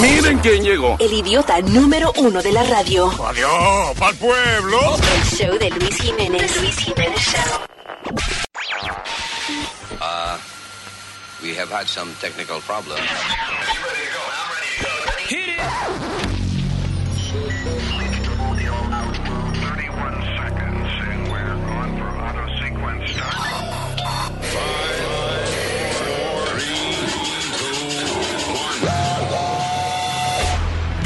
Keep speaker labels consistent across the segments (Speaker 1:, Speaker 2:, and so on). Speaker 1: Miren quién llegó.
Speaker 2: El idiota número uno de la radio.
Speaker 1: Adiós, pa'l pueblo.
Speaker 2: El show de Luis Jiménez. Luis Jiménez Show.
Speaker 3: Uh, we have had some technical problems.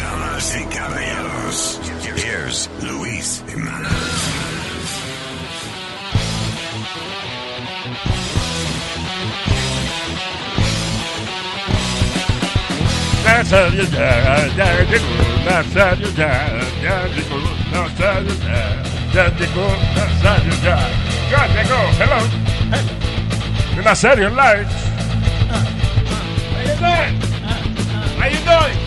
Speaker 4: Damas y caballeros, here's Luis Jimenez.
Speaker 5: Hello. Una serie lights. How you doing? How you doing?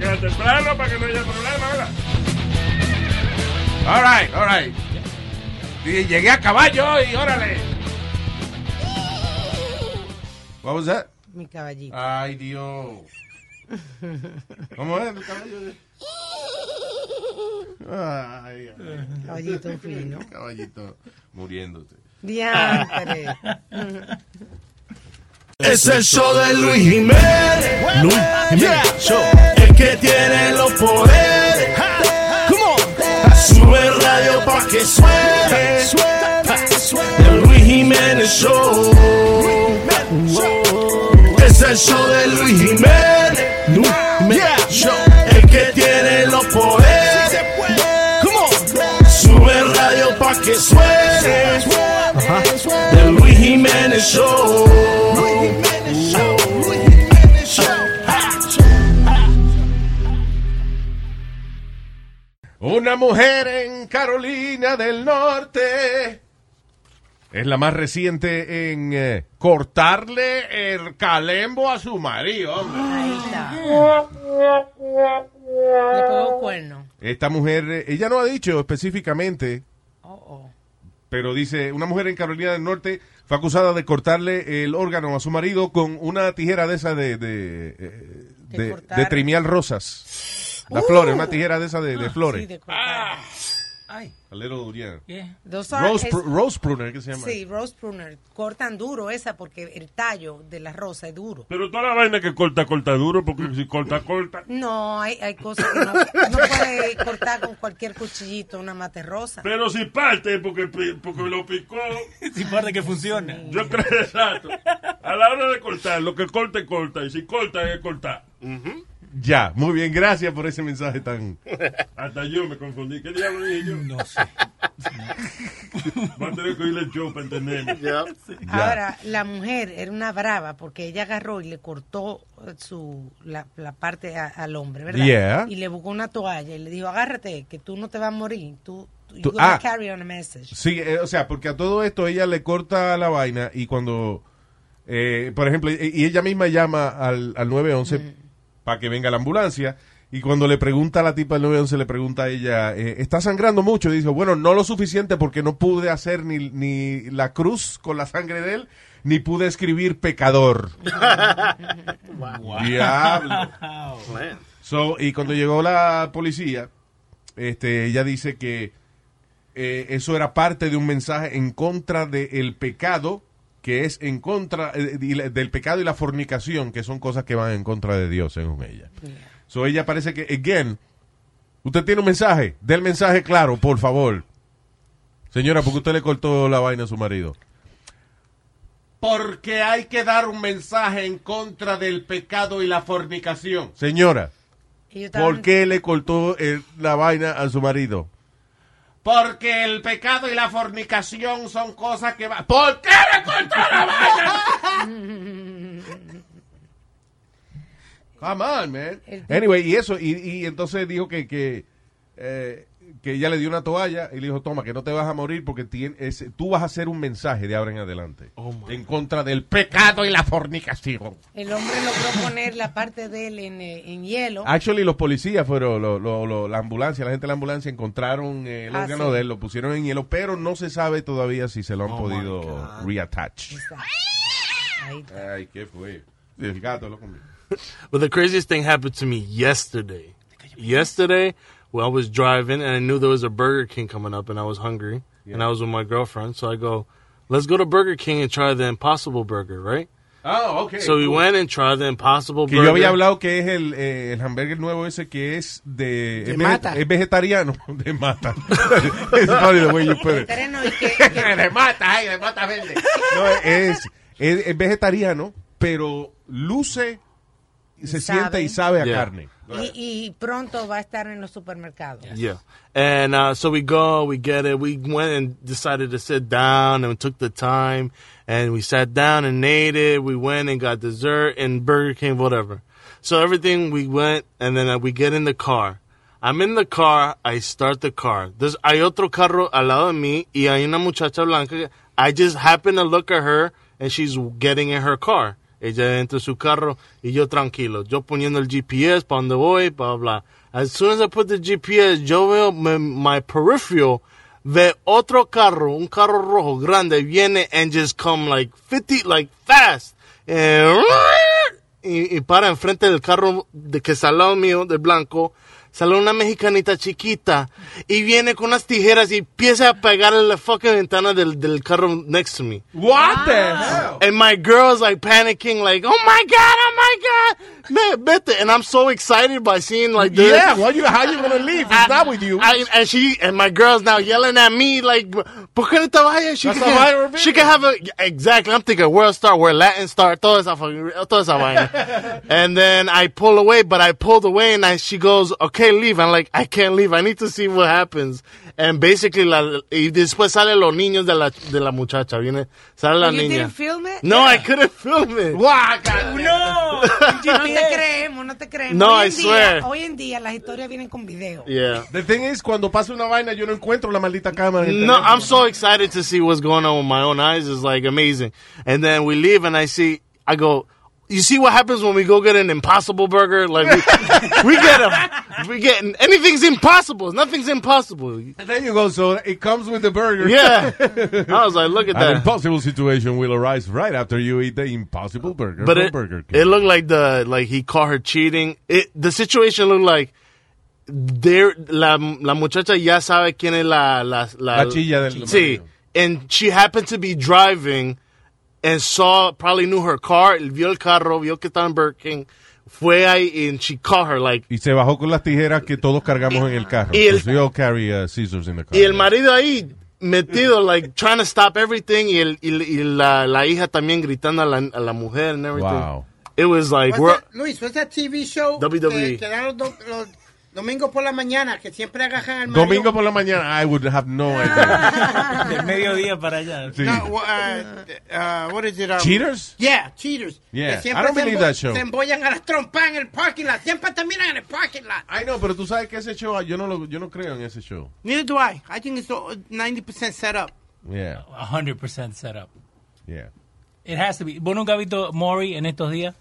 Speaker 5: Llega temprano para que no haya problema, ¿verdad? All right, all right. Y llegué a caballo y órale. What was that?
Speaker 6: Mi caballito.
Speaker 5: Ay, Dios. ¿Cómo es el caballo? Ay, ay,
Speaker 6: Caballito fino.
Speaker 5: caballito muriéndote.
Speaker 6: Diantre.
Speaker 7: Es el show de Luis Jiménez. Luis Jiménez Show. El que tiene los poderes. Come on. Sube el radio pa' que suene. El Luis Jiménez Show. Es el show de Luis Jiménez. Luis Jiménez Show. El que tiene los poderes. Come on. Sube el radio pa' que suene. El Luis Jiménez Show.
Speaker 5: Una mujer en Carolina del Norte. Es la más reciente en eh, cortarle el calembo a su marido, hombre.
Speaker 6: Ahí está. Le pegó cuerno.
Speaker 5: Esta mujer, eh, ella no ha dicho específicamente,
Speaker 6: Oh, oh.
Speaker 5: pero dice, una mujer en Carolina del Norte fue acusada de cortarle el órgano a su marido con una tijera de esa de de, eh,
Speaker 6: De
Speaker 5: de,
Speaker 6: cortar. Uh.
Speaker 5: de trivial rosas. Las flores, una tijera de esa de, de
Speaker 6: Ah, Sí,
Speaker 5: flores.
Speaker 6: de cortar.
Speaker 8: Ay,
Speaker 5: A little, yeah.
Speaker 8: yeah.
Speaker 6: Those are
Speaker 5: Rose,
Speaker 6: es-
Speaker 5: pr- rose pruner, ¿qué se llama?
Speaker 6: Sí, rose pruner. Cortan duro esa porque el tallo de la rosa es duro.
Speaker 5: Pero toda la vaina que corta, corta duro, porque si corta, corta.
Speaker 6: No, hay, hay cosas que no, no puede cortar con cualquier cuchillito una mate rosa.
Speaker 5: Pero si parte, porque, porque lo picó.
Speaker 8: Si parte que funciona.
Speaker 5: Yo creo exacto. A la hora de cortar, lo que corta, corta. Y si corta, es cortar. Ya, muy bien, gracias por ese mensaje tan. Hasta yo me confundí. ¿Qué diablo dije yo?
Speaker 8: No sé.
Speaker 5: Va a tener que oírle el show para entenderme.
Speaker 6: Ahora, la mujer era una brava porque ella agarró y le cortó eh, su la, la parte a- al hombre, ¿verdad?
Speaker 5: Yeah.
Speaker 6: Y le buscó una toalla y le dijo, agárrate, que tú no te vas a morir. Tú, tú- you
Speaker 5: Tú-
Speaker 6: gotta
Speaker 5: ah.
Speaker 6: carry on a message.
Speaker 5: Sí, eh, o sea, porque a todo esto ella le corta la vaina y cuando, eh, por ejemplo, y, y ella misma llama al, al 911 para que venga la ambulancia y cuando le pregunta a la tipa del 911, le pregunta a ella, eh, ¿está sangrando mucho? Y dice, bueno, no lo suficiente porque no pude hacer ni, ni la cruz con la sangre de él, ni pude escribir pecador. Diablo. So, y cuando llegó la policía, este, ella dice que eh, eso era parte de un mensaje en contra del pecado, que es en contra eh, y la- del pecado y la fornicación, que son cosas que van en contra de Dios, según ella. So, ella parece que, again, usted tiene un mensaje, dé el mensaje claro, por favor. Señora, porque usted le cortó la vaina a su marido. Porque hay que dar un mensaje en contra del pecado y la fornicación. Señora,
Speaker 6: Ellos estaban-
Speaker 5: ¿Por qué le cortó el- la vaina a su marido? Porque el pecado y la fornicación son cosas que va... ¿Por qué le cortó la vaina? Come on, man. Anyway, y eso, y, y entonces dijo que, que, eh, que ella le dio una toalla y le dijo, toma, que no te vas a morir porque tien- es- tú vas a hacer un mensaje de ahora en adelante en contra del pecado y la fornicación.
Speaker 6: El hombre logró poner la parte de él en, eh, en hielo.
Speaker 9: Ah,
Speaker 5: Actually, los policías fueron, lo- lo- lo- la ambulancia, la gente de la ambulancia encontraron eh, el
Speaker 6: Ah,
Speaker 5: órgano
Speaker 6: sí.
Speaker 5: de él, lo pusieron en hielo, pero no se sabe todavía si se lo han podido reattach.
Speaker 6: Ahí está.
Speaker 5: Ay, ¿qué fue? El gato lo comió.
Speaker 9: but the craziest thing happened to me yesterday. Yesterday, well, I was driving and I knew there was a Burger King coming up, and I was hungry, and I was with my girlfriend, so I go, "Let's go to Burger King and try the Impossible Burger, right?"
Speaker 5: Oh, ok.
Speaker 9: so we
Speaker 5: cool.
Speaker 9: went and tried the Impossible
Speaker 5: Que
Speaker 9: Burger.
Speaker 5: yo había hablado que es el, eh, el hamburger nuevo ese que es de... es, vege-
Speaker 6: mata.
Speaker 5: es vegetariano. De mata. It's funny the way you put it.
Speaker 6: Terreno y que, que-
Speaker 5: de mata, ay, de mata verde. No, es, es, es vegetariano, pero luce, se
Speaker 6: Sabe.
Speaker 5: siente y sabe a
Speaker 9: Yeah.
Speaker 5: carne.
Speaker 6: y, y pronto va a estar en los supermercados.
Speaker 9: Yeah. And uh, so we go, we get it. We went and decided to sit down and took the time and we sat down and ate it. We went and got dessert and Burger King, whatever. So everything we went and then uh, we get in the car. I'm in the car. I start the car. There's hay otro carro al lado de mí y hay una muchacha blanca. I just happen to look at her and she's getting in her car. Ella entra en su carro y yo tranquilo. Yo poniendo el GPS para donde voy, bla, bla. As soon as I put the GPS, yo veo my, my peripheral ve otro carro, un carro rojo grande, viene and just come like 50, like fast. And y, y para enfrente del carro de que está al lado mío, de blanco, sale una mexicanita chiquita y viene con unas tijeras y empieza a pegarle la fucking ventana del, del carro next to me.
Speaker 5: What the hell?
Speaker 9: And my girl's like panicking, like, oh my God, oh my God. Man, vete. And I'm so excited by seeing like this.
Speaker 5: Yeah, well, you, how you gonna leave? It's not with you.
Speaker 9: I, and she and my girl's now yelling at me like, "Por qué no te vayas?" She
Speaker 5: That's
Speaker 9: can,
Speaker 5: a viral video.
Speaker 9: she can have a exactly. I'm thinking world star, where Latin star, toda esa fucking- toda esa vaina. And then I pull away, but I pulled away, and I, she goes, "Okay, leave." I'm like, "I can't leave. I need to see what happens." And basically, la, y después salen los niños de la de la muchacha. Viene, sale la
Speaker 6: You
Speaker 9: niña.
Speaker 6: didn't film it?
Speaker 9: No, I couldn't film it.
Speaker 8: ¡No!
Speaker 6: No te creemos, no te creemos.
Speaker 9: No,
Speaker 6: hoy en
Speaker 9: I swear.
Speaker 6: Día, hoy en día las historias vienen con video.
Speaker 9: Yeah.
Speaker 5: The thing is, cuando pasa una vaina, yo no encuentro la maldita cámara. del
Speaker 9: No,
Speaker 5: teléfono.
Speaker 9: I'm so excited to see what's going on with my own eyes. It's like amazing. And then we leave, and I see, I go, you see what happens when we go get an impossible burger? Like, we, we get a, we get, anything's impossible. Nothing's impossible.
Speaker 5: And There you go, so it comes with the burger.
Speaker 9: Yeah. I was like, look at
Speaker 5: An
Speaker 9: that.
Speaker 5: impossible situation will arise right after you eat the impossible burger
Speaker 9: But
Speaker 5: from
Speaker 9: it,
Speaker 5: Burger King.
Speaker 9: it looked like the, like he caught her cheating. It, the situation looked like, there, la, la muchacha ya sabe quién es la, la, la,
Speaker 5: La chilla del
Speaker 9: Sí.
Speaker 5: marido.
Speaker 9: And she happened to be driving and saw, probably knew her car, vio el carro, vio que estaba en Burger King, fue ahí and she caught her, like,
Speaker 5: y se bajó con las tijeras que todos cargamos en el carro.
Speaker 9: Y el-
Speaker 5: Because we all carry uh, scissors in the car.
Speaker 9: y el marido ahí metido, like, trying to stop everything, y, el, y, y la, la hija también gritando a la, a la mujer and everything.
Speaker 5: Wow.
Speaker 9: It was like, we're,
Speaker 10: Pues Luis, ¿fue ese TV show
Speaker 9: WWE?
Speaker 5: E.
Speaker 10: que, que dan los, do- los domingos por la mañana, que siempre agajan al marido?
Speaker 5: Domingo por la mañana, I would have no
Speaker 6: Ah.
Speaker 5: idea.
Speaker 8: Del mediodía para allá.
Speaker 5: Sí.
Speaker 10: No, uh, uh, what is it? um,
Speaker 5: Cheaters?
Speaker 10: Yeah, cheaters.
Speaker 5: Yeah,
Speaker 10: Que
Speaker 5: I
Speaker 10: se
Speaker 5: don't believe
Speaker 10: embo-
Speaker 5: that show.
Speaker 10: Se embollan a las trompas en el parking lot. Siempre terminan en el parking lot.
Speaker 5: I know, pero tú sabes que ese show, yo no, lo, yo no creo en ese show.
Speaker 10: Neither do I. I think it's all 90% set up.
Speaker 5: Yeah,
Speaker 8: 100% setup.
Speaker 5: yeah.
Speaker 8: It has to be. ¿Vos nunca has visto Maury en estos días?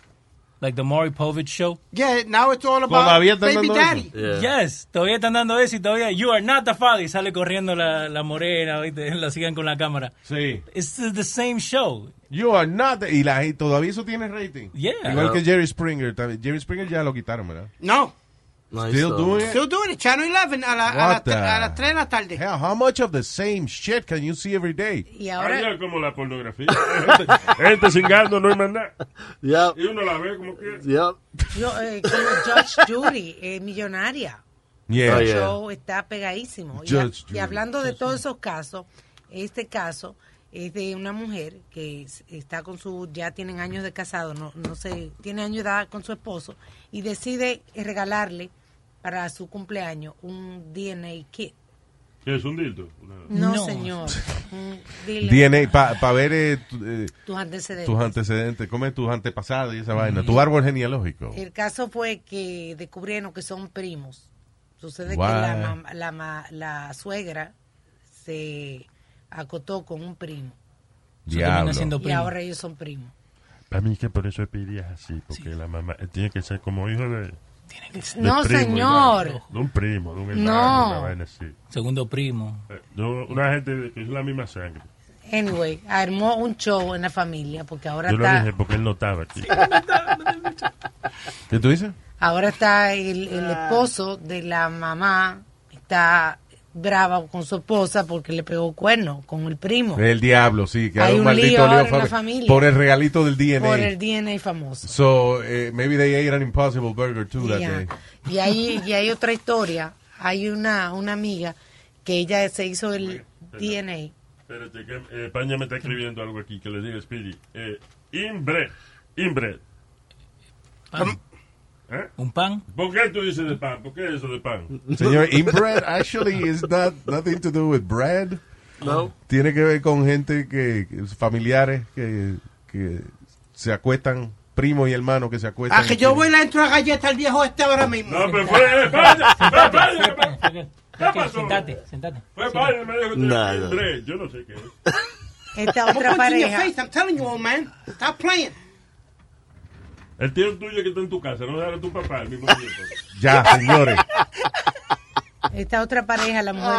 Speaker 8: Like the Maury Povich show?
Speaker 10: Yeah, now it's all about
Speaker 5: Todavía están
Speaker 10: baby
Speaker 5: dando
Speaker 10: daddy.
Speaker 9: yeah.
Speaker 8: Yes, todavía están dando eso y todavía you are not the father y sale corriendo la, la morena, ¿viste? la sigan con la cámara.
Speaker 5: Sí.
Speaker 8: It's the same show.
Speaker 5: You are not. Y la, y todavía eso tiene rating.
Speaker 8: Yeah.
Speaker 5: Igual que Jerry Springer. también. Jerry Springer ya lo quitaron, ¿verdad?
Speaker 10: No,
Speaker 9: Nice,
Speaker 5: Still
Speaker 9: though.
Speaker 5: doing it?
Speaker 10: still doing it. Channel 11 a, la, a,
Speaker 5: What
Speaker 10: la,
Speaker 5: the-
Speaker 10: a las 3 de la tarde.
Speaker 5: Hell, how much of the same shit can you see every day?
Speaker 6: Y ahora,
Speaker 7: como la pornografía. Gente, gente cingando, no hay más nada.
Speaker 9: Yep,
Speaker 7: Y uno la ve como que.
Speaker 9: yep.
Speaker 6: yo, eh, como Judge Judy, eh, millonaria.
Speaker 5: Yeah.
Speaker 9: Oh,
Speaker 6: El
Speaker 9: yeah.
Speaker 6: show está pegadísimo. Y,
Speaker 5: Judge
Speaker 6: y
Speaker 5: Judy.
Speaker 6: hablando de todos esos casos, este caso es de una mujer que es- está con su, ya tienen años de casado, no, no sé, tiene años de edad con su esposo y decide regalarle para su cumpleaños un DNA kit.
Speaker 7: ¿Qué es un dildo?
Speaker 6: No,
Speaker 8: No.
Speaker 6: señor. Un
Speaker 5: DNA, para ver eh, tu- eh,
Speaker 6: Tus antecedentes.
Speaker 5: tus antecedentes, come tus antepasados y esa
Speaker 6: Mm.
Speaker 5: vaina, tu árbol genealógico.
Speaker 6: El caso fue que descubrieron que son primos. Sucede
Speaker 5: Guay.
Speaker 6: que la, mam- la, ma- la suegra se acotó con un primo.
Speaker 5: Diablo.
Speaker 8: haciendo-
Speaker 6: Y
Speaker 8: Primo.
Speaker 6: ahora ellos son primos.
Speaker 7: Para mí es que por eso pedí así, porque la mamá eh, tiene que ser como hijo de. de primo,
Speaker 6: No, señor.
Speaker 7: igual, De un primo, de un hermano,
Speaker 6: No.
Speaker 7: una vaina así.
Speaker 8: Segundo primo.
Speaker 7: Eh, de una gente que es la misma sangre.
Speaker 6: Anyway, armó un show en la familia porque ahora
Speaker 7: Yo lo
Speaker 6: está.
Speaker 7: dije porque él no estaba aquí.
Speaker 5: ¿Qué tú dices?
Speaker 6: Ahora está el, el esposo de la mamá, está brava con su esposa porque le pegó cuerno con el primo.
Speaker 5: El diablo, sí. Que
Speaker 6: Hay
Speaker 5: hay un
Speaker 6: un
Speaker 5: maldito
Speaker 6: lío ahora en
Speaker 5: Fabio
Speaker 6: la familia.
Speaker 5: Por el regalito del DNA.
Speaker 6: Por el DNA famoso.
Speaker 5: So, eh, maybe they ate an impossible burger too that
Speaker 6: Ya.
Speaker 5: day.
Speaker 6: Y hay, y hay otra historia. Hay una, una amiga que ella se hizo el DNA.
Speaker 11: Espérate, que eh, España me está escribiendo algo aquí que le diga Speedy. Eh, imbre, imbre.
Speaker 8: ¿Un pan?
Speaker 11: ¿Eh? ¿Por qué tú dices de pan? ¿Por qué eso de pan?
Speaker 5: Señor, inbred actually is not nothing to do with bread.
Speaker 11: No.
Speaker 5: Tiene que ver con gente que, que- familiares que, que se acuestan, primos y hermanos que se acuestan.
Speaker 10: Ah, que yo voy y le entro a galleta al viejo este ahora mismo.
Speaker 11: No, pero fue España. Fue España. ¿Qué
Speaker 8: Ok,
Speaker 11: pasó?
Speaker 8: Sentate, sentate.
Speaker 11: Fue España, me dijo
Speaker 9: No,
Speaker 11: que
Speaker 9: no.
Speaker 11: imbre. Yo no sé qué es.
Speaker 6: Esta
Speaker 10: I'm
Speaker 6: otra
Speaker 10: punching your
Speaker 6: pareja.
Speaker 10: face, I'm telling you, old man. Stop playing.
Speaker 11: El tío tuyo que está en tu casa, no era tu papá al mismo tiempo.
Speaker 5: Ya, señores.
Speaker 6: Esta otra pareja, la mujer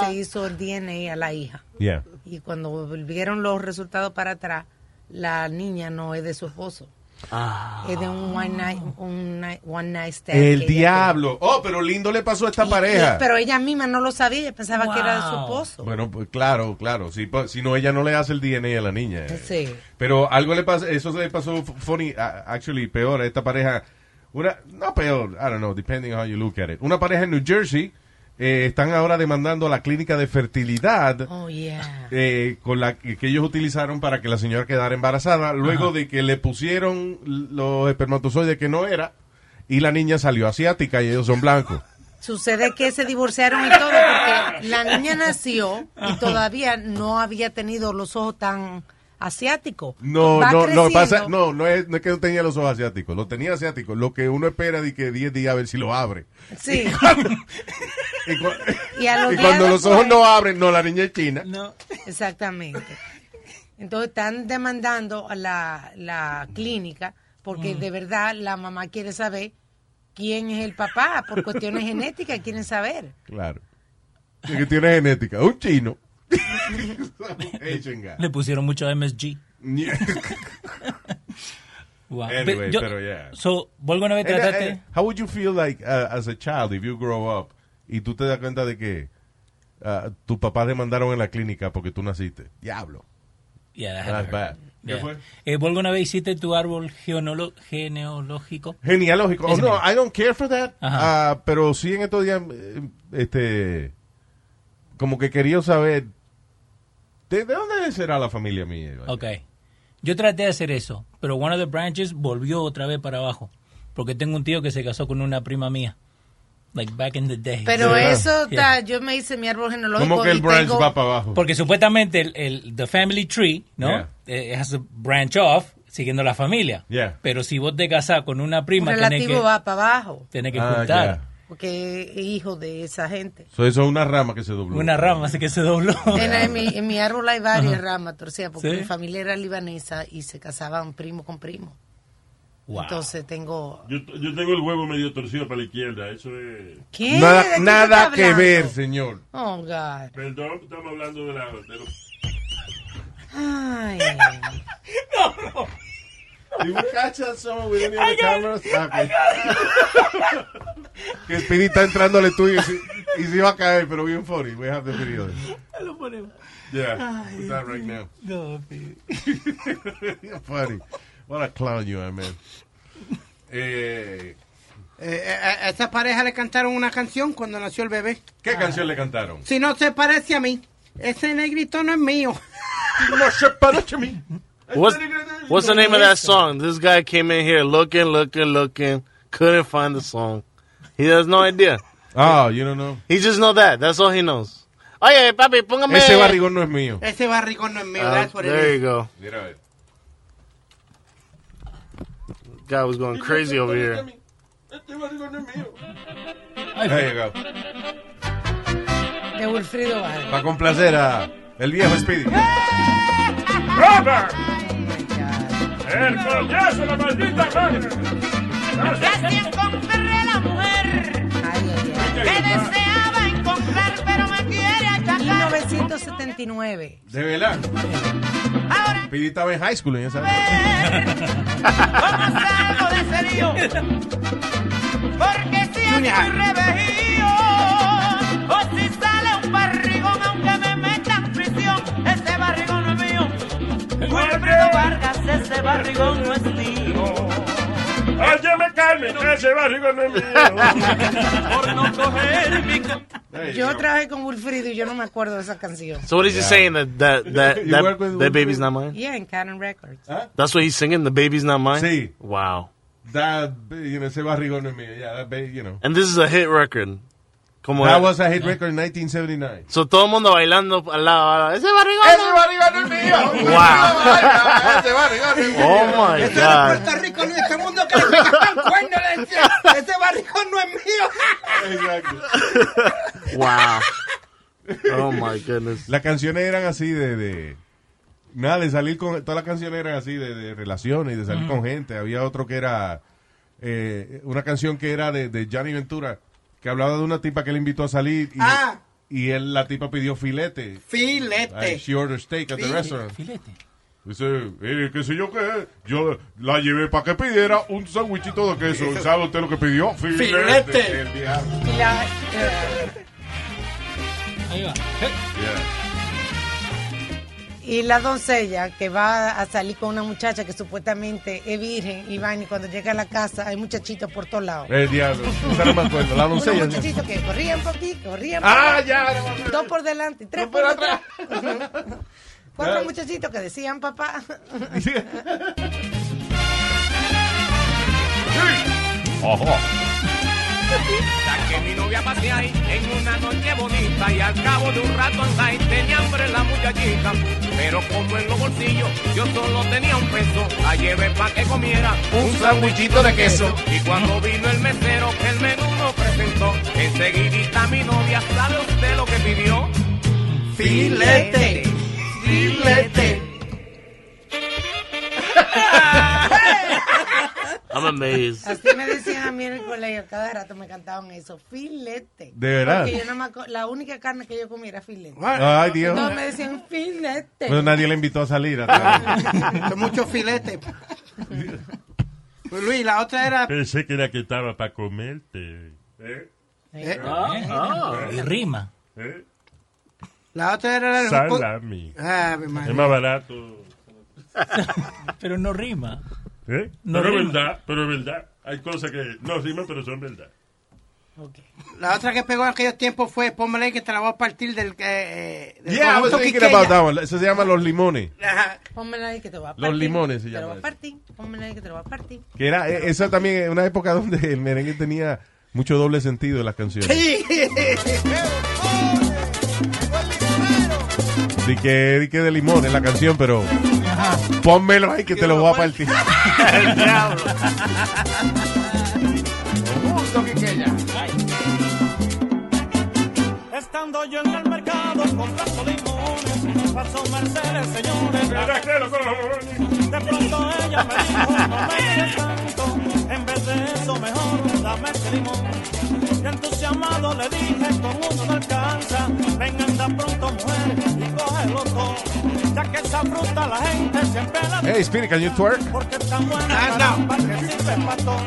Speaker 6: le se hizo el DNA a la hija.
Speaker 5: Yeah.
Speaker 6: Y cuando volvieron los resultados para atrás, la niña no es de su esposo.
Speaker 10: Ah.
Speaker 6: Es de un one night, un night- one night stand.
Speaker 5: El
Speaker 6: que ella
Speaker 5: diablo. Oh, pero lindo le pasó a esta
Speaker 6: tuvo.
Speaker 5: pareja.
Speaker 6: Y- pero ella misma no lo sabía, ella pensaba que era de su
Speaker 8: Wow.
Speaker 6: esposo.
Speaker 5: Bueno, pues, claro, claro. Si, pa- si no, ella no le hace el DNA a la niña.
Speaker 6: Sí.
Speaker 5: Pero algo le pasa, eso se le pasó f- funny, a- actually peor a esta pareja. Una, no peor, I don't know, depending on how you look at it. Una pareja en New Jersey eh, están ahora demandando a la clínica de fertilidad
Speaker 6: Oh, yeah.
Speaker 5: eh, con la que que ellos utilizaron para que la señora quedara embarazada luego de que le pusieron los espermatozoides que no era y la niña salió asiática y ellos son blancos.
Speaker 6: Sucede que se divorciaron y todo porque la niña nació y todavía no había tenido los ojos tan asiáticos.
Speaker 5: No,
Speaker 6: Va
Speaker 5: no, no,
Speaker 6: creciendo.
Speaker 5: pasa, no, no es, no es que no tenía los ojos asiáticos, lo tenía asiático, lo que uno espera de que 10 días a ver si lo abre.
Speaker 6: Sí.
Speaker 5: Y cu-
Speaker 6: Y a los
Speaker 5: Y
Speaker 6: días
Speaker 5: cuando los
Speaker 6: después-
Speaker 5: ojos no abren, no, la niña es china.
Speaker 8: No.
Speaker 6: Exactamente. Entonces están demandando a la, la clínica
Speaker 5: Mm.
Speaker 6: porque de verdad la mamá quiere saber quién es el papá por cuestiones genéticas, quieren saber.
Speaker 5: Claro. Y que tiene genética. Un chino. Asian guy.
Speaker 8: Le pusieron mucho MSG. Wow.
Speaker 5: Anyway,
Speaker 8: Pe- yo-
Speaker 5: pero yeah.
Speaker 8: So, vuelvo una vez,
Speaker 5: And,
Speaker 8: trataste...
Speaker 5: uh, how would you feel like uh, as a child if you grow up y tú te das cuenta de que uh, tu papá te mandaron en la clínica porque tú naciste? Diablo.
Speaker 8: Yeah, that
Speaker 5: That's
Speaker 8: hurt.
Speaker 5: bad.
Speaker 8: Yeah.
Speaker 5: ¿Qué fue?
Speaker 8: Eh, ¿Vos alguna vez hiciste tu árbol geonolo- genealógico?
Speaker 5: Genealógico. Oh,
Speaker 8: Ese
Speaker 5: no,
Speaker 8: mismo.
Speaker 5: I don't care for that.
Speaker 8: Ajá.
Speaker 5: Ah, pero sí en estos días, eh, este, como que quería saber, ¿de, de dónde será la familia mía?
Speaker 8: Ok. Yo traté de hacer eso, pero One of the Branches volvió otra vez para abajo. Porque tengo un tío que se casó con una prima mía. Like back in the day.
Speaker 6: Pero
Speaker 5: Sí.
Speaker 6: eso está,
Speaker 8: Yeah.
Speaker 6: yo me hice mi árbol genealógico.
Speaker 5: ¿Cómo que el
Speaker 6: y
Speaker 5: branch
Speaker 6: tengo-
Speaker 5: va para abajo?
Speaker 8: Porque supuestamente el, el- the family tree, ¿no?
Speaker 5: Yeah.
Speaker 8: Eh, it has a branch off, siguiendo la familia.
Speaker 5: Yeah.
Speaker 8: Pero si vos te casás con una
Speaker 6: un
Speaker 8: prima, tenés que,
Speaker 6: relativo va para abajo
Speaker 8: tenés que
Speaker 5: Ah,
Speaker 8: juntar
Speaker 5: ya.
Speaker 6: porque es hijo de esa gente.
Speaker 5: So, eso es una rama que se dobló.
Speaker 8: una rama, así que se dobló.
Speaker 6: En, en mi, en mi árbol hay varias ramas torcidas porque
Speaker 8: Sí.
Speaker 6: mi familia era libanesa y se casaban primo con primo.
Speaker 8: Wow.
Speaker 6: Entonces tengo...
Speaker 11: Yo, yo tengo el huevo medio torcido para la izquierda, eso es...
Speaker 6: ¿Qué? ¿De qué
Speaker 5: Nada,
Speaker 6: tú
Speaker 5: nada
Speaker 6: estás
Speaker 5: que
Speaker 6: hablando?
Speaker 5: ver, señor.
Speaker 6: Oh, God.
Speaker 11: Perdón, estamos hablando de la... de los-
Speaker 6: Ay.
Speaker 5: If you catch that someone with any of the cameras, okay. que Speedy está entrando al estudio y se, y se iba a caer, pero bien funny. We have the video. Yeah, put that right now. You're funny. What a clown you are, man. Eh,
Speaker 10: Eh, eh, a, a esa pareja le cantaron una canción cuando nació el bebé.
Speaker 8: Ah.
Speaker 10: Ah.
Speaker 5: ¿Qué canción le cantaron?
Speaker 10: Si no se parece a mí, ese negrito no es mío.
Speaker 9: What's, what's the name of that song? This guy came in here looking, looking, looking, couldn't find the song. He has no idea.
Speaker 5: Ah, you don't know.
Speaker 9: He just know that. That's all he knows. Oye, papi, póngame.
Speaker 5: Ese barrigón no es mío.
Speaker 10: Ese barrigón no es mío.
Speaker 9: Uh,
Speaker 10: that's what it
Speaker 9: there you
Speaker 10: is.
Speaker 9: go.
Speaker 5: Mira,
Speaker 8: Eh,
Speaker 5: a ver.
Speaker 9: Guy was going crazy over here.
Speaker 5: Ahí llegó.
Speaker 6: De Wilfrido Vargas.
Speaker 5: Para complacer a el viejo Speedy.
Speaker 11: ¡Robert! ¡El coñazo, de la maldita madre!
Speaker 12: Gracias encontré la mujer
Speaker 6: Ay, ay, ay.
Speaker 12: que deseaba encontrar, pero me quiere achacar.
Speaker 6: 1975 29.
Speaker 5: De verdad. Pidi estaba en high school en esa
Speaker 7: ¿Cómo salgo de ese lío? Porque si hay un revejío, o si sale un barrigón, aunque me metan prisión, ese barrigón no es mío. Wilfredo Vargas, ese barrigón no es mío.
Speaker 11: Óyeme, Carmen, ese barrigón no es mío.
Speaker 7: Por no coger mi
Speaker 6: Yo trabajé con Wilfrido y yo no me acuerdo de esa canción.
Speaker 9: So what is he saying that that that
Speaker 6: You
Speaker 9: that,
Speaker 6: work with
Speaker 9: that baby's not mine?
Speaker 6: Yeah, en Canon Records.
Speaker 8: ¿Ah?
Speaker 9: That's what he's singing. The baby's not mine.
Speaker 5: Sí.
Speaker 9: Wow.
Speaker 5: That, you know, ese barrigón no es mío. Yeah, that, ba- you know.
Speaker 9: And this is a hit record. Como
Speaker 5: That was a hit record in 1979.
Speaker 9: So todo el mundo bailando al lado. al lado. Ese barrigón.
Speaker 7: Ese barrigón no es mío.
Speaker 9: Wow.
Speaker 7: Ese barrigón no es mío.
Speaker 9: Oh my
Speaker 7: Este
Speaker 9: God.
Speaker 7: de Puerto Rico, no, este mundo que le pican cuernos, le decía, Ese barrigón no es mío.
Speaker 9: Wow. Oh my goodness.
Speaker 5: Las canciones eran así de, de- nada de salir con todas las canciones eran así de, de relaciones y de salir
Speaker 11: Ujú.
Speaker 5: con gente. Había otro que era eh, una canción que era de, de Johnny Ventura que hablaba de una tipa que le invitó a salir y,
Speaker 10: Ah.
Speaker 5: y él la tipa pidió filete.
Speaker 10: Filete.
Speaker 5: Like, she ordered steak at the
Speaker 10: Fi-
Speaker 5: restaurant.
Speaker 8: Filete.
Speaker 5: Dice, eh, qué sé yo qué, yo la llevé para que pidiera un sandwichito de queso. ¿Y sabe usted lo que pidió?
Speaker 7: Filete.
Speaker 5: El diablo.
Speaker 6: Y la-
Speaker 7: Eh,
Speaker 8: Ahí va.
Speaker 5: Yeah.
Speaker 6: Y la doncella que va a salir con una muchacha que supuestamente es virgen y va y cuando llega a la casa hay muchachitos por todos lados.
Speaker 5: El diablo. Esa no me acuerdo. La
Speaker 6: Unos
Speaker 5: doncella. ¿no?
Speaker 6: muchachitos que corrían por aquí, corrían por
Speaker 7: Ah,
Speaker 6: allá.
Speaker 7: ya,
Speaker 6: Dos por delante, y tres por atrás. Cuatro muchachitos que decían papá.
Speaker 7: Saqué mi novia a pasear en una noche bonita y al cabo de un rato andai tenía hambre la muchachita. Pero como en los bolsillos yo solo tenía un peso, la llevé pa' que comiera un sandwichito de queso. Y cuando vino el mesero que el menú nos presentó, enseguidita mi novia, ¿sabe usted lo que pidió?
Speaker 10: Filete.
Speaker 7: Filete.
Speaker 9: I'm amazed.
Speaker 6: Así me decían a mí en el colegio, cada rato me cantaban eso, filete.
Speaker 5: ¿De verdad?
Speaker 6: Porque yo nada más co- la única carne que yo comía era filete.
Speaker 5: Ay, Dios.
Speaker 6: Todos me decían filete.
Speaker 5: Pero nadie le invitó a salir. a-
Speaker 6: Ah.
Speaker 10: Mucho filete. Pues, Luis, la otra era.
Speaker 11: Pensé que era que estaba para comerte. ¿Eh?
Speaker 10: Eh,
Speaker 11: Ah,
Speaker 8: y rima.
Speaker 11: ¿Eh?
Speaker 10: La Ah, otra era. el-
Speaker 11: Salami.
Speaker 10: Ave María.
Speaker 11: Es más barato.
Speaker 8: Pero no rima.
Speaker 11: ¿Eh?
Speaker 8: No
Speaker 11: pero es
Speaker 8: rima.
Speaker 11: verdad, pero es verdad. Hay cosas que no riman, pero son verdad.
Speaker 10: La otra que pegó en aquellos tiempos fue Pómele que te la voy a partir del. Eh, eh, del
Speaker 5: Yeah, I was
Speaker 10: conjunto
Speaker 5: thinking
Speaker 10: Quiqueya.
Speaker 5: about that one. Eso se llama Los Limones.
Speaker 10: Ajá.
Speaker 6: Pónmela ahí que te voy a
Speaker 5: Los
Speaker 6: partir.
Speaker 5: limones se
Speaker 6: Te lo
Speaker 5: llama
Speaker 6: voy a partir. Pónmela ahí que te lo voy a partir.
Speaker 5: Que era, eh, esa también es una época donde el merengue tenía mucho doble sentido en las canciones.
Speaker 10: Sí.
Speaker 5: Di que, di que de limón es la canción, pero pónmelo ahí que te lo voy a partir.
Speaker 7: El diablo.
Speaker 13: Estando yo en el mercado comprando limones, pasó Mercedes, señores. De pronto ella me dijo, no me mires tanto, en vez de eso mejor dame ese limón. Y entusiasmado le dije, todo mundo no alcanza, ven anda pronto mujer y cógelo todo. Ya que esa fruta la gente siempre la
Speaker 5: Hey, Spirit, can you twerk?
Speaker 13: porque es tan buena para que sirve pa' todo.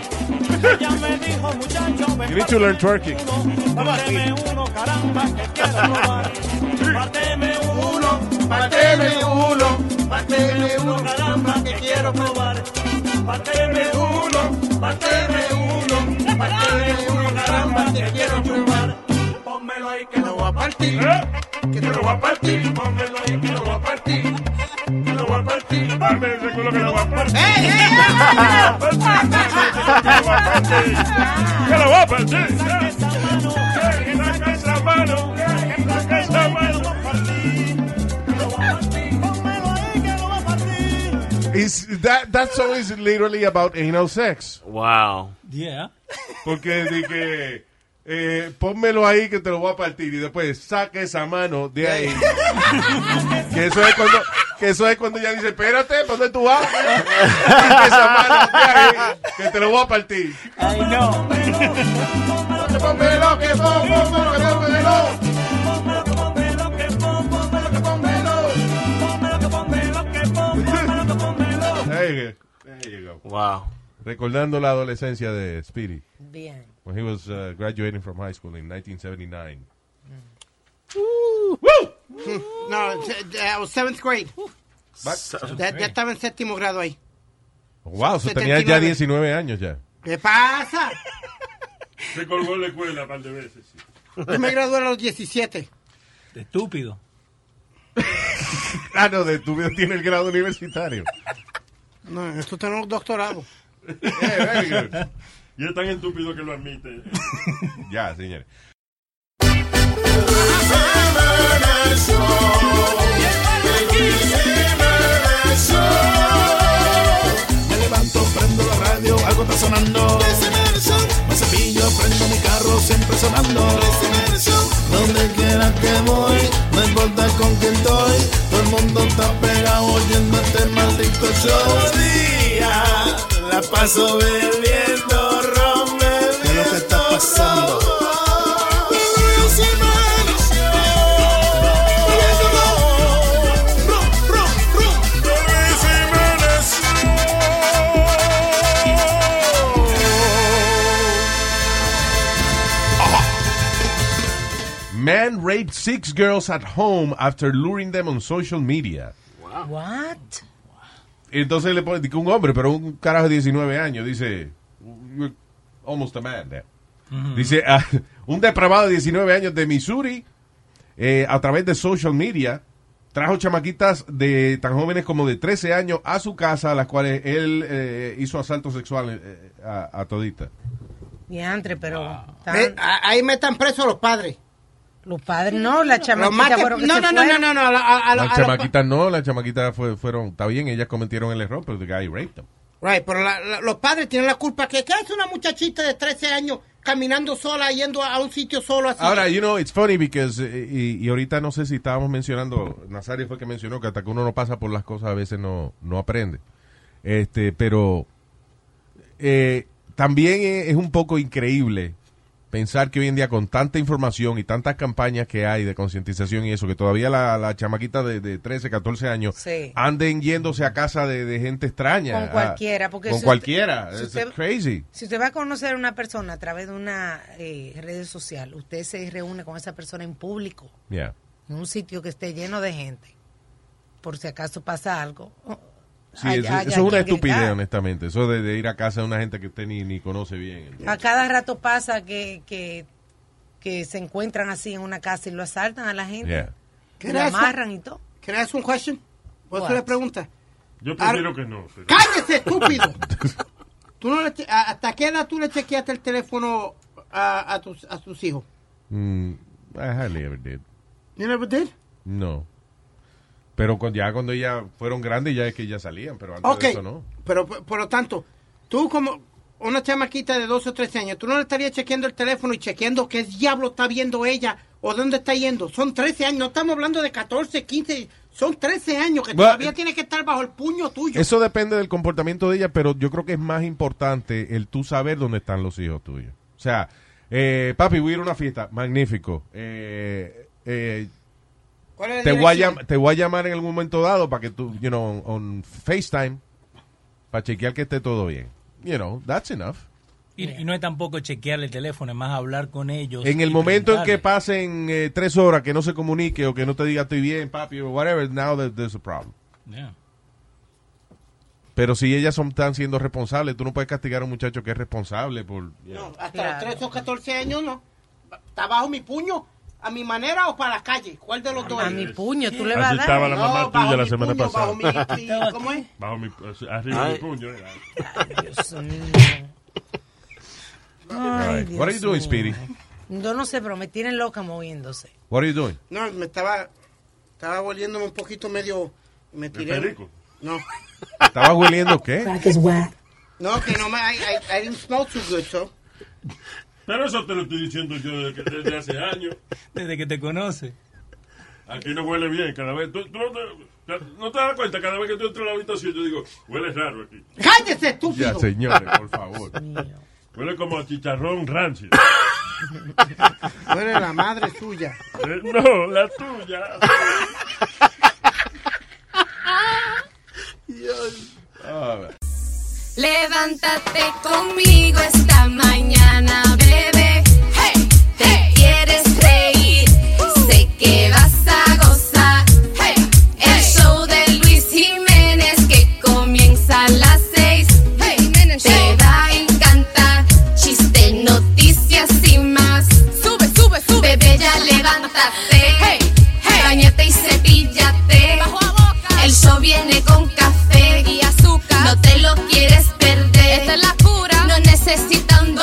Speaker 13: Ella me dijo, muchacho, ven
Speaker 5: You need to learn twerking.
Speaker 13: Párteme uno, caramba, que quiero robar. Párteme uno,
Speaker 7: párteme
Speaker 13: uno, párteme uno, caramba, que quiero probar. Párteme uno, párteme uno, párteme uno, caramba, que quiero probar. Pónmelo ahí que lo voy a partir. Que te lo voy a partir. Pónmelo ahí que lo voy a partir. Que lo voy a partir. Dame ese culo que lo voy a partir.
Speaker 11: ¡Que lo voy a partir! ¡Que saca esa mano! ¡Que saca esa mano!
Speaker 5: Is that, that song is literally about anal sex.
Speaker 9: Wow.
Speaker 8: Yeah.
Speaker 5: Porque di que eh, pónmelo ahí que te lo voy a partir y después saca esa mano de ahí. que eso es cuando que eso es cuando ya dice, "Espérate, ¿pa' ¿dónde tú vas?" saca esa mano de ahí que te lo voy a partir.
Speaker 8: Ay, no.
Speaker 7: Pónmelo que pónmelo, que pónmelo. Pónmelo que pónmelo, que pónmelo, que pónmelo.
Speaker 9: Wow.
Speaker 5: Recordando la adolescencia de Speedy.
Speaker 6: Bien.
Speaker 5: When he was uh, graduating from high school in 1979.
Speaker 10: No, se- de- I was seventh grade. Ya, ya estaba en séptimo grado ahí.
Speaker 5: Wow, so tenía ya
Speaker 10: 79.
Speaker 5: 19 años ya.
Speaker 10: ¿Qué pasa?
Speaker 11: Se colgó en la escuela un par de veces. sí.
Speaker 10: Yo me gradué a los 17.
Speaker 8: Estúpido.
Speaker 5: Ah, no, de tu vida tiene el grado universitario.
Speaker 10: No, esto tiene un doctorado.
Speaker 11: Y es tan estúpido que lo admite.
Speaker 5: ya, señores.
Speaker 7: Me levanto, prendo la radio, algo está sonando. Me cepillo, prendo mi carro, siempre sonando. Donde quiera que voy, no importa con quién estoy. Todo el mundo está pegado oyendo este maldito show. Todo día la paso bebiendo ron, ¿Qué es lo que está pasando?
Speaker 5: Man raped six girls at home after luring them on social media.
Speaker 6: What?
Speaker 5: Entonces le pone que un hombre, pero un carajo de 19 años, dice, "You're almost a man there". Dice, ah, un depravado de 19 años de Missouri, eh, a través de social media, trajo chamaquitas de tan jóvenes como de 13 años a su casa, a las cuales él eh, hizo asalto sexual eh, a, a todita.
Speaker 6: Diantre, pero tan-
Speaker 10: Eh, a- ahí me están presos los padres.
Speaker 6: los padres no, la
Speaker 10: Los más
Speaker 6: chamaquita
Speaker 10: que-
Speaker 6: fueron que
Speaker 10: no,
Speaker 6: se
Speaker 10: no, no, no,
Speaker 6: fueron.
Speaker 10: no, no, a lo- a- a lo-
Speaker 5: Las
Speaker 10: a lo-
Speaker 5: chamaquitas no, las chamaquitas fue- fueron, está bien, ellas cometieron el error, pero the guy raped them.
Speaker 10: Right, pero la- la- los padres tienen la culpa. ¿Qué, qué hace una muchachita de 13 años caminando sola, yendo a, a un sitio solo así?
Speaker 5: Ahora, you know, it's funny because, eh, y, y ahorita no sé si estábamos mencionando, Nazario fue que mencionó que hasta que uno no pasa por las cosas a veces no, no aprende. Este, pero eh, también es, es un poco increíble pensar que hoy en día con tanta información y tantas campañas que hay de concientización y eso, que todavía la, la chamaquita de, de 13, 14 años
Speaker 6: Sí.
Speaker 5: anden yéndose a casa de, de gente extraña.
Speaker 6: Con
Speaker 5: a-
Speaker 6: cualquiera, porque
Speaker 5: Con
Speaker 6: si
Speaker 5: cualquiera.
Speaker 6: usted- si
Speaker 5: It's
Speaker 6: usted-
Speaker 5: crazy.
Speaker 6: Si usted va a conocer a una persona a través de una eh, red social, usted se reúne con esa persona en público,
Speaker 5: Yeah.
Speaker 6: en un sitio que esté lleno de gente, por si acaso pasa algo. oh,
Speaker 5: Sí,
Speaker 6: Hay-
Speaker 5: eso,
Speaker 6: hay
Speaker 5: eso es
Speaker 6: alguien
Speaker 5: una
Speaker 6: que-
Speaker 5: estupidez, honestamente. Eso de, de ir a casa de una gente que usted ni, ni conoce bien.
Speaker 6: ah, A cada rato pasa que, que, que se encuentran así en una casa y lo asaltan a la gente,
Speaker 5: Yeah.
Speaker 6: y lo amarran y todo.
Speaker 10: ¿Can I ask one question? ¿Vos
Speaker 6: What?
Speaker 10: le preguntas?
Speaker 11: Yo prefiero que no. pero-
Speaker 10: ¡Cállese, estúpido! ¿Tú no le che- a- ¿Hasta qué edad tú le chequeaste el teléfono a, a tus, a tus hijos?
Speaker 5: Mm, I hardly ever did.
Speaker 10: You never did?
Speaker 5: No. Pero con- ya cuando ya fueron grandes, ya es que ya salían, pero antes
Speaker 10: Ok,
Speaker 5: de eso no.
Speaker 10: pero por, por lo tanto, tú como una chamaquita de 12 o 13 años, tú no le estarías chequeando el teléfono y chequeando qué diablo está viendo ella o dónde está yendo. Son 13 años, no estamos hablando de 14, 15, son 13 años que
Speaker 5: Bueno,
Speaker 10: todavía tiene que estar bajo el puño tuyo.
Speaker 5: Eso depende del comportamiento de ella, pero yo creo que es más importante el tú saber dónde están los hijos tuyos. O sea, eh, papi, voy a ir a una fiesta. Magnífico. Eh, eh,
Speaker 10: ¿Cuál es la
Speaker 5: te, voy a,
Speaker 10: dirección?
Speaker 5: llam- te voy a llamar en algún momento dado para que tú, you know, on FaceTime, para chequear que esté todo bien. You know, that's enough.
Speaker 8: Y, y no es tampoco chequearle el teléfono, es más hablar con ellos.
Speaker 5: En el
Speaker 8: y
Speaker 5: momento en que
Speaker 8: preguntarle.
Speaker 5: pasen eh, tres horas que no se comunique o que no te diga estoy bien, papi, o whatever, now there- there's a problem.
Speaker 8: Yeah.
Speaker 5: Pero si ellas son, están siendo responsables, tú no puedes castigar a un muchacho que es responsable por...
Speaker 10: No, hasta los 13 o 14 años no. Está bajo mi puño, a mi manera o para la calle. ¿Cuál de los dos?
Speaker 6: A mi puño, tú le vas a
Speaker 11: Así
Speaker 6: dar. ¿eh?
Speaker 11: estaba la
Speaker 10: No,
Speaker 11: mamá
Speaker 10: bajo
Speaker 11: tuya la
Speaker 10: mi
Speaker 11: semana
Speaker 10: puño,
Speaker 11: pasada.
Speaker 10: bajo mi- ¿Cómo es?
Speaker 11: Bajo mi, arriba de mi
Speaker 5: Ay.
Speaker 11: puño. eh.
Speaker 6: Ay, Dios
Speaker 5: What are you doing,
Speaker 6: mío.
Speaker 5: Speedy?
Speaker 6: Yo no sé, pero me tienen loca moviéndose.
Speaker 5: What are you doing?
Speaker 10: No, me estaba, estaba volviéndome un poquito medio... Me tiré.
Speaker 11: perico?
Speaker 10: No.
Speaker 5: ¿Estabas hueliendo qué?
Speaker 10: No, que no me... I, I, I didn't smell too good, so...
Speaker 11: Pero eso te lo estoy diciendo yo desde, que- desde hace años.
Speaker 8: Desde que te conoce.
Speaker 11: Aquí no huele bien cada vez. ¿Tú, tú no, te, no te das cuenta? Cada vez que tú entras a la habitación, yo digo, huele raro aquí.
Speaker 10: ¡Cállese,
Speaker 5: Ya,
Speaker 10: estúpido!
Speaker 5: señores, por favor.
Speaker 11: Huele como a chicharrón rancio.
Speaker 10: Huele la madre suya.
Speaker 11: Eh, no, la tuya.
Speaker 5: Ah,
Speaker 2: La
Speaker 14: Levántate conmigo esta mañana, bebé. Hey, te quieres reír, sé que vas a gozar. Hey, el show de Luis Jiménez que comienza a las seis. Hey, te va a encantar, chistes, noticias y más. Sube, sube, sube, bebé, ya levántate. Hey, bañate y cepíllate. El show viene con café y azúcar. No te lo quieres perder. Esta es la cura. No necesita un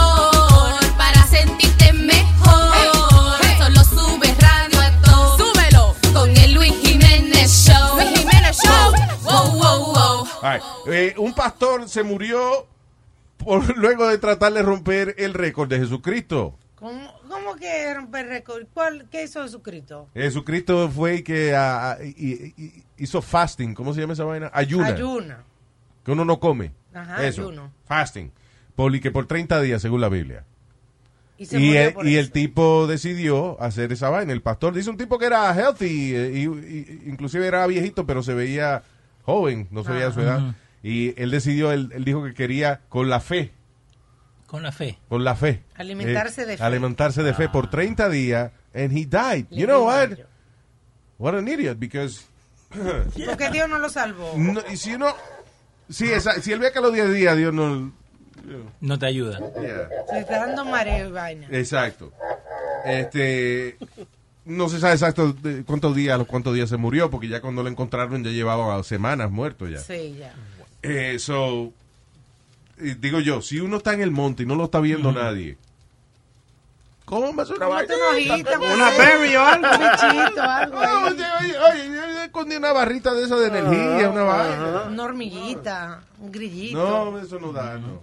Speaker 14: doctor para sentirte mejor. Solo sube radio a todo. Súbelo con el Luis Jiménez Show. Luis Jiménez Show. Wow, wow, wow.
Speaker 5: All right. Eh, un pastor se murió por, luego de tratar de romper el récord de Jesucristo.
Speaker 6: ¿Cómo, cómo que romper récord? ¿Cuál, ¿Qué hizo Jesucristo?
Speaker 5: Jesucristo fue y que ah, ah, y- y- y- hizo fasting. ¿Cómo se llama esa vaina? Ayuna.
Speaker 6: Ayuna.
Speaker 5: Que uno no come.
Speaker 6: Ajá,
Speaker 5: Eso.
Speaker 6: ayuno.
Speaker 5: Fasting. Por, y que por 30 días, según la Biblia.
Speaker 6: Y se
Speaker 5: Y,
Speaker 6: murió
Speaker 5: el,
Speaker 6: por
Speaker 5: y
Speaker 6: eso.
Speaker 5: el tipo decidió hacer esa vaina. El pastor dice un tipo que era healthy, eh, y, y- inclusive era viejito, pero se veía joven, no se veía
Speaker 6: Ah.
Speaker 5: su edad.
Speaker 8: Ujú.
Speaker 5: Y él decidió, él, él dijo que quería con la fe,
Speaker 8: Con la fe.
Speaker 5: con la fe. Eh,
Speaker 6: Alimentarse de fe. Ah.
Speaker 5: Alimentarse de fe por 30 días, and he died. You know what? What an idiot, because...
Speaker 6: Porque Dios no lo salvó.
Speaker 5: No, y si uno... Sí, esa- si él ve que a los 10 días Dios no...
Speaker 8: No te ayuda.
Speaker 5: Yeah.
Speaker 6: Se está dando mareo y vaina.
Speaker 5: Exacto. Este, no se sabe exacto de cuántos días, a los cuántos días se murió, porque ya cuando lo encontraron ya llevaba semanas muerto ya.
Speaker 6: Sí, ya.
Speaker 5: Eh, so, eh, digo yo, si uno está en el monte y no lo está viendo nadie, ¿cómo va a ser una vaina?
Speaker 7: Una berry o algo.
Speaker 5: Un bichito,
Speaker 6: algo
Speaker 7: ahí.
Speaker 5: Oye, oye, oye, yo escondí una barrita de esa de energía, una vaina.
Speaker 6: Una hormiguita, un grillito.
Speaker 5: No, eso no da, no.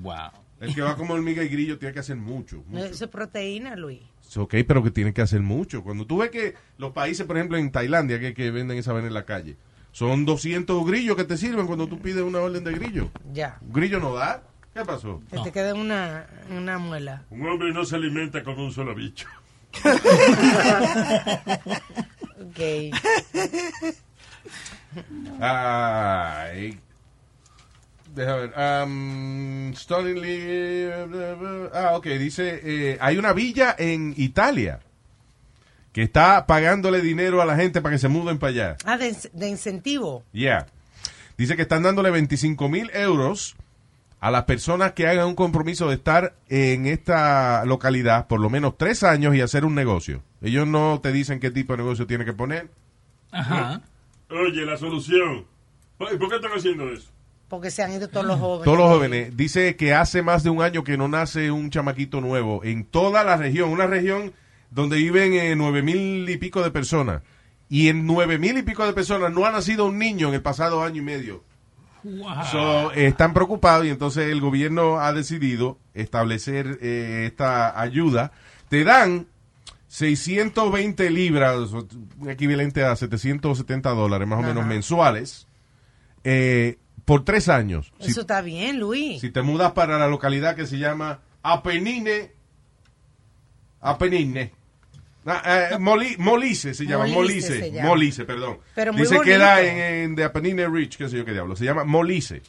Speaker 5: Wow. El que va como hormiga y grillo tiene que hacer mucho. mucho.
Speaker 6: Eso es proteína, Luis.
Speaker 5: Sí, Ok, pero que tienen que hacer mucho. Cuando tú ves que los países, por ejemplo, en Tailandia, que, que venden esa vaina en la calle, son 200 grillos que te sirven cuando tú pides una orden de grillo.
Speaker 6: Ya.
Speaker 5: Un Grillo no da. ¿Qué pasó?
Speaker 6: Que te quede una, una muela.
Speaker 11: Un hombre no se alimenta con un solo bicho.
Speaker 6: Ok.
Speaker 5: Ay. Deja ver. am, Stoningly, eh, bla, bla. Ah, ok. Dice, eh, hay una villa en Italia que está pagándole dinero a la gente para que se muden para allá.
Speaker 6: Ah, de, de incentivo.
Speaker 5: Yeah. Dice que están dándole 25 mil euros a las personas que hagan un compromiso de estar en esta localidad por lo menos tres años y hacer un negocio. Ellos no te dicen qué tipo de negocio tiene que poner.
Speaker 11: Ajá. Oye, la solución. Oye, ¿Por qué están haciendo eso?
Speaker 6: Porque se han ido todos los jóvenes.
Speaker 5: Todos los jóvenes. Dice que hace más de un año que no nace un chamaquito nuevo en toda la región. Una región donde viven eh, nueve mil y pico de personas. Y en nueve mil y pico de personas no ha nacido un niño en el pasado año y medio.
Speaker 8: Ah.
Speaker 5: So, eh, están preocupados y entonces el gobierno ha decidido establecer eh, esta ayuda. Te dan 620 libras, o un equivalente a 770 dólares más o menos
Speaker 6: Ajá.
Speaker 5: mensuales, eh, por tres años. Si,
Speaker 6: Eso está bien, Luis.
Speaker 5: si te mudas para la localidad que se llama Apenine, Apenine. Ah, eh, Moli- Molise se llama,
Speaker 7: Molise
Speaker 5: Molise,
Speaker 7: se
Speaker 5: Molise,
Speaker 7: llama.
Speaker 5: perdón.
Speaker 7: Pero muy
Speaker 5: Dice que era
Speaker 7: bonito.
Speaker 5: en, en- de Apenine Rich, qué sé yo qué diablo, se llama Molise.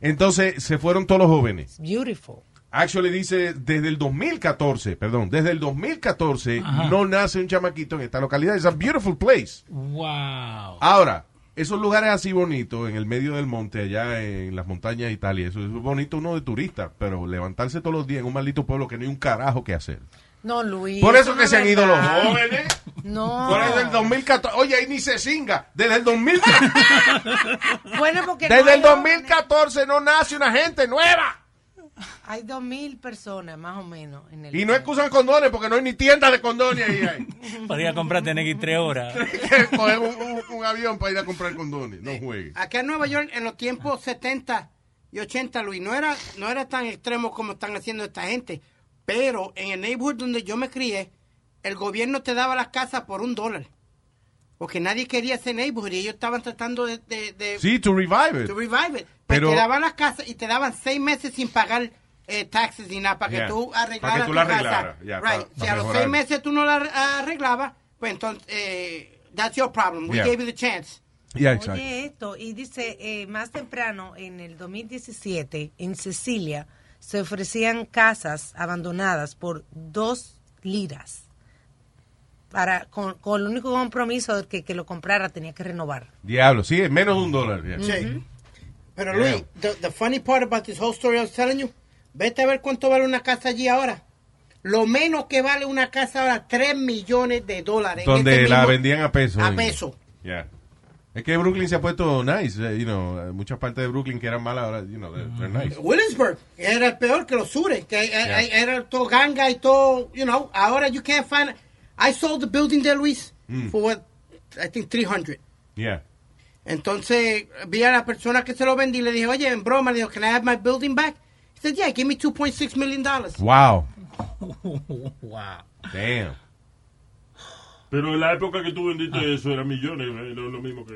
Speaker 5: Entonces se fueron todos los jóvenes.
Speaker 6: Beautiful.
Speaker 5: Actually dice desde el 2014, perdón, desde el 2014
Speaker 8: Ajá.
Speaker 5: no nace un chamaquito en esta localidad. Es a beautiful place.
Speaker 8: Wow.
Speaker 5: Ahora, esos lugares así bonitos en el medio del monte, allá en las montañas de Italia, eso es bonito uno de turista, pero levantarse todos los días en un maldito pueblo que no hay un carajo que hacer.
Speaker 6: No, Luis.
Speaker 5: Por eso
Speaker 6: no
Speaker 5: que
Speaker 6: es
Speaker 5: se han ido los
Speaker 6: verdad.
Speaker 5: jóvenes.
Speaker 6: No.
Speaker 5: Por eso el 2014, oye, ahí ni se singa, desde el 2014.
Speaker 6: Bueno, porque
Speaker 5: Desde
Speaker 6: no hay
Speaker 5: el 2014 no nace una gente nueva.
Speaker 6: Hay dos mil personas, más o menos, en el...
Speaker 5: Y no excusan condones porque no hay ni tienda de condones ahí. ahí.
Speaker 8: Para ir a comprar tenés que ir tres horas.
Speaker 5: que coger un, un- un avión para ir a comprar condones. No juegue.
Speaker 10: Acá en Nueva York, en los tiempos 70 y 80, Luis, no era, no era tan extremo como están haciendo esta gente. Pero en el neighborhood donde yo me crié, el gobierno te daba las casas por un dólar. Porque nadie quería ese neighborhood y ellos estaban tratando de... de- de-
Speaker 5: Sí, to revive it.
Speaker 10: to revive it. Pues
Speaker 5: Pero-
Speaker 10: te daban las casas y te daban seis meses sin pagar eh, taxes ni nada para
Speaker 5: Yeah.
Speaker 10: que tú
Speaker 5: Para que
Speaker 10: arreglaras
Speaker 5: tú la
Speaker 10: tu casa.
Speaker 5: arreglaras, yeah,
Speaker 10: Right.
Speaker 5: pa-
Speaker 10: si
Speaker 5: pa
Speaker 10: a los
Speaker 5: mejorar.
Speaker 10: seis meses tú no la arreglabas, pues entonces... eh, that's your problem. We
Speaker 5: Yeah.
Speaker 10: gave you the chance.
Speaker 5: Ya, exacto.
Speaker 6: Oye, esto, y dice, eh, más temprano, en el 2017, en Sicilia, se ofrecían casas abandonadas por dos liras. Para, con, con el único compromiso de que, que lo comprara tenía que renovar.
Speaker 5: Diablo, sí, es menos de un dólar. ya.
Speaker 10: Sí. Pero
Speaker 5: Yeah.
Speaker 10: Luis, the, the funny part about this whole story I was telling you, vete a ver cuánto vale una casa allí ahora. Lo menos que vale una casa ahora, 3 millones de dólares. en
Speaker 5: Donde
Speaker 10: este
Speaker 5: la
Speaker 10: mismo-
Speaker 5: vendían a peso.
Speaker 10: A peso.
Speaker 5: Ya. Es que Brooklyn se ha puesto nice, eh, you know, eh, muchas partes de Brooklyn que eran malas ahora, you know, they're, they're nice.
Speaker 10: Williamsburg era peor que los sures, que eh,
Speaker 5: Yeah.
Speaker 10: eh, era todo ganga y todo, you know. Ahora you can't find. I sold the building there, Luis,
Speaker 5: Mm.
Speaker 10: for what, I think 300.
Speaker 5: Yeah.
Speaker 10: Entonces vi a la persona que se lo vendí y le dije, oye, en broma, le digo, can I have my building back? He said, yeah, give me 2.6 million dollars.
Speaker 5: Wow.
Speaker 8: wow.
Speaker 5: Damn.
Speaker 11: Pero en la época que tú vendiste
Speaker 5: Ah.
Speaker 11: eso era millones, eh, lo, lo mismo que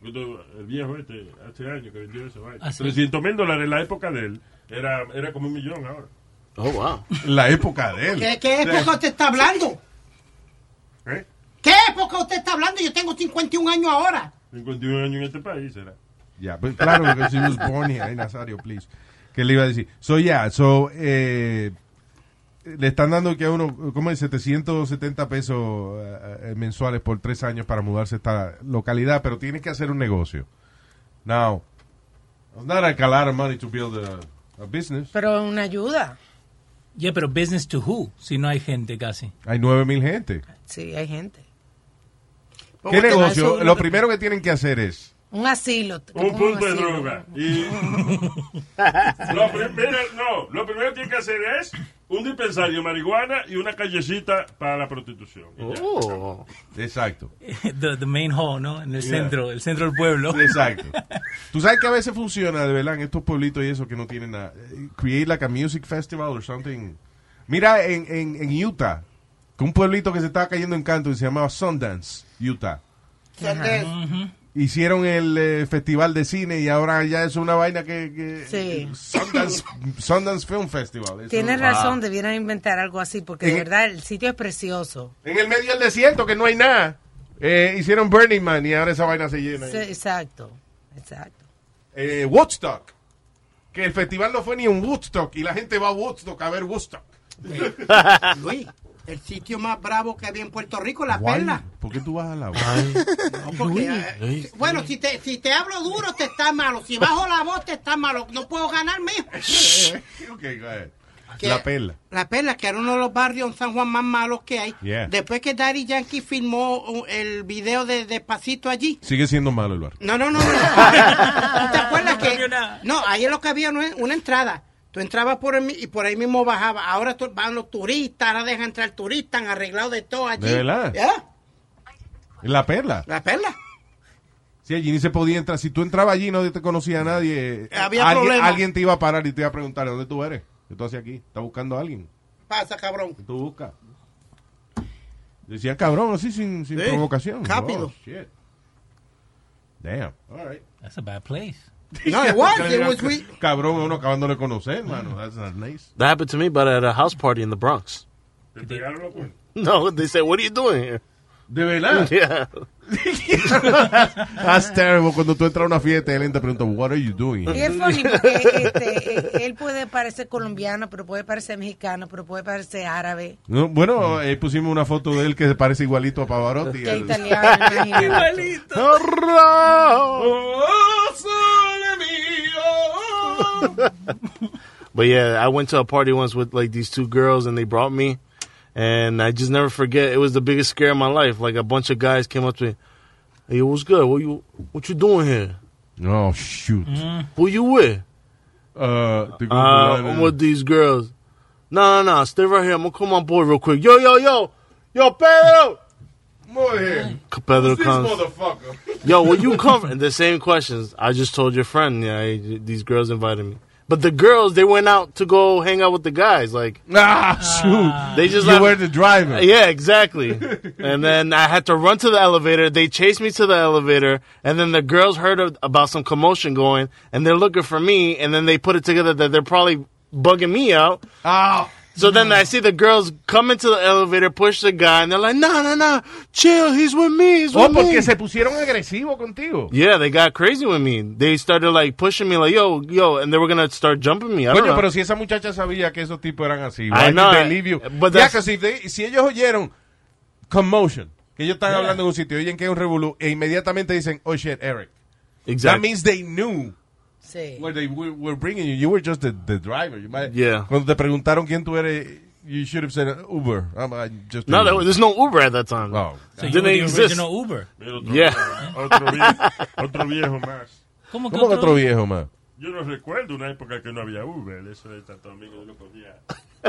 Speaker 11: que tú- el viejo este, hace años que vendió esa vaina.
Speaker 5: Ah, sí.
Speaker 11: 300 mil dólares en la época de él era, era como un millón ahora.
Speaker 5: Oh, wow. La época de él.
Speaker 10: ¿Qué, qué época usted está hablando?
Speaker 11: ¿Eh?
Speaker 10: ¿Qué época usted está hablando? Yo tengo 51 años ahora.
Speaker 11: 51 años en este país era.
Speaker 5: Yeah, but pues, claro, because he was born here. Ay, Nazario, please. Que le iba a decir. So, yeah, so, eh, le están dando que a uno, ¿cómo es? 770 pesos eh, eh, mensuales por tres años para mudarse a esta localidad, pero tiene que hacer un negocio. Now, it's not like a lot of money to build a, a business.
Speaker 6: Pero una ayuda.
Speaker 8: Yeah, pero business to who? Si no hay gente casi.
Speaker 5: Hay 9000 gente.
Speaker 6: Sí, hay gente.
Speaker 5: ¿Qué negocio? Lo primero que tienen que hacer es.
Speaker 6: Un asilo.
Speaker 11: Un punto de
Speaker 6: asilo.
Speaker 11: droga. Y... lo, primero, no, lo primero que tiene que hacer es un dispensario de marihuana y una callecita para la prostitución. Y ya.
Speaker 5: Oh. Exacto.
Speaker 8: The, the main hall, ¿no? En el
Speaker 5: Yeah.
Speaker 8: centro, el centro del pueblo.
Speaker 5: Exacto. Tú sabes que a veces funciona, de verdad, en estos pueblitos y eso que no tienen nada. Eh, Create like a music festival or something. Mira, en, en, en Utah, que un pueblito que se estaba cayendo en canto y se llamaba Sundance, Utah.
Speaker 10: Entonces,
Speaker 5: Hicieron el eh, festival de cine y ahora ya es una vaina que... que-
Speaker 6: Sí.
Speaker 5: Sundance, Sundance Film Festival. Eso-
Speaker 6: Tienes
Speaker 5: Ah.
Speaker 6: razón, debieran inventar algo así, porque de
Speaker 5: En-
Speaker 6: verdad el sitio es precioso.
Speaker 5: En el medio del desierto, que no hay nada. Eh, hicieron Burning Man y ahora esa vaina se llena. ahí.
Speaker 6: Sí, exacto, exacto.
Speaker 5: eh, Woodstock. Que el festival no fue ni en Woodstock y la gente va a Woodstock a ver Woodstock.
Speaker 10: Luis, el sitio más bravo que había en Puerto Rico, La
Speaker 5: Guay,
Speaker 10: Perla.
Speaker 5: ¿Por qué tú vas a la
Speaker 10: No, porque, eh,
Speaker 5: Luis.
Speaker 10: bueno, si te, si te hablo duro, te está malo. Si bajo la voz, te está malo. No puedo ganar, mijo.
Speaker 5: Ok, go ahead.
Speaker 10: ¿Qué?
Speaker 5: La perla.
Speaker 10: La Perla, que era uno de los barrios en San Juan más malos que hay.
Speaker 5: Yeah.
Speaker 10: Después que Daddy Yankee filmó uh, el video de Despacito allí.
Speaker 5: Sigue siendo malo el bar.
Speaker 10: No, no, no. no. ¿Tú ¿Te acuerdas que? No, ahí es lo que había no es una entrada. Tú entrabas por el mi- y por ahí mismo bajaba. Ahora tú- van los turistas, ahora dejan entrar turistas, han arreglado de todo allí.
Speaker 5: ¿De verdad?
Speaker 10: Ya,
Speaker 5: La perla.
Speaker 10: La perla.
Speaker 5: Sí, allí ni se podía entrar. Si tú entrabas allí y no te conocía a nadie, eh,
Speaker 10: Había
Speaker 5: alguien,
Speaker 10: problemas.
Speaker 5: alguien te iba a parar y te iba a preguntar, ¿dónde tú eres? ¿Qué tú haces aquí? ¿Estás buscando a alguien?
Speaker 10: Pasa, cabrón.
Speaker 5: ¿Qué tú buscas? Decía cabrón, así sin, sin
Speaker 10: Sí,
Speaker 5: provocación.
Speaker 10: rápido.
Speaker 5: Oh, shit. Damn. All right.
Speaker 8: That's a bad place.
Speaker 10: No, it was, it was we-
Speaker 5: Cabrón, uno acabando de conocer, mano. That's not nice.
Speaker 9: That happened to me, but at a house party in the Bronx.
Speaker 11: Te pegaron los cuernos.
Speaker 9: No, they said, "What are you doing here?"
Speaker 5: De verdad.
Speaker 9: Yeah.
Speaker 5: That's terrible. Cuando tú entras a una fiesta y alguien te pregunta, What are you doing?
Speaker 6: Y es funny porque este, eh, él puede parecer colombiano, pero puede parecer mexicano, pero puede parecer árabe.
Speaker 5: No, bueno, ahí pusimos una foto de él que se parece igualito a Pavarotti.
Speaker 6: Que italiano, imagínate.
Speaker 5: Igualito.
Speaker 9: But yeah, I went to a party once with like these two girls, and they brought me, and I just never forget. It was the biggest scare of my life. Like a bunch of guys came up to me, "Hey, what's good? What you what you doing here?
Speaker 5: Oh, shoot.
Speaker 9: Who you with?
Speaker 5: Uh,
Speaker 9: uh I'm with these girls. No, no, no, stay right here. I'm gonna call my boy real quick. Yo, yo, yo, yo, Pedro.
Speaker 5: More here.
Speaker 9: Pedro
Speaker 5: Who's this
Speaker 9: comes.
Speaker 5: motherfucker?
Speaker 9: Yo, where you come from? The same questions. I just told your friend. Yeah, I, these girls invited me. But the girls, they went out to go hang out with the guys. Like,
Speaker 5: ah, shoot.
Speaker 9: They just
Speaker 5: You
Speaker 9: left- Uh,
Speaker 5: were the driver.
Speaker 9: Yeah, exactly. and then I had to run to the elevator. They chased me to the elevator, and then the girls heard of, about some commotion going, and they're looking for me. And then they put it together that they're probably bugging me out.
Speaker 5: Ah.
Speaker 9: So then I see the girls come into the elevator, push the guy, and they're like, no, no, no, chill, he's with me, he's
Speaker 15: Oh,
Speaker 9: with me.
Speaker 15: porque se pusieron agresivos contigo.
Speaker 9: Yeah, they got crazy with me. They started like pushing me, like yo, yo, and they were gonna start jumping me. I don't
Speaker 5: Coño,
Speaker 9: know.
Speaker 5: pero si esa muchacha sabía que esos tipos eran así.
Speaker 9: I
Speaker 5: why did
Speaker 9: know,
Speaker 5: they leave you?
Speaker 9: but
Speaker 5: Ya,
Speaker 9: that's-
Speaker 5: que si, they- si ellos oyeron commotion, que ellos están
Speaker 9: Yeah.
Speaker 5: hablando en un sitio, oyen que es un revolú, e inmediatamente dicen, oh shit, Eric. That
Speaker 9: Exactly.
Speaker 5: means they knew
Speaker 6: Sí.
Speaker 5: where they were, were bringing you. You were just the, the driver. You might-
Speaker 9: Yeah.
Speaker 5: Cuando te preguntaron quién tú eres, you should have said uh, Uber. I'm, I'm just
Speaker 9: No,
Speaker 5: a-
Speaker 9: there- there's no Uber at that time.
Speaker 5: Oh.
Speaker 9: So you Didn't were the exist. original Uber. Yeah.
Speaker 11: Otro viejo, otro viejo más.
Speaker 5: ¿Cómo que otro viejo más?
Speaker 11: Yo no recuerdo una época que no había Uber. Eso de tanto amigo no podía.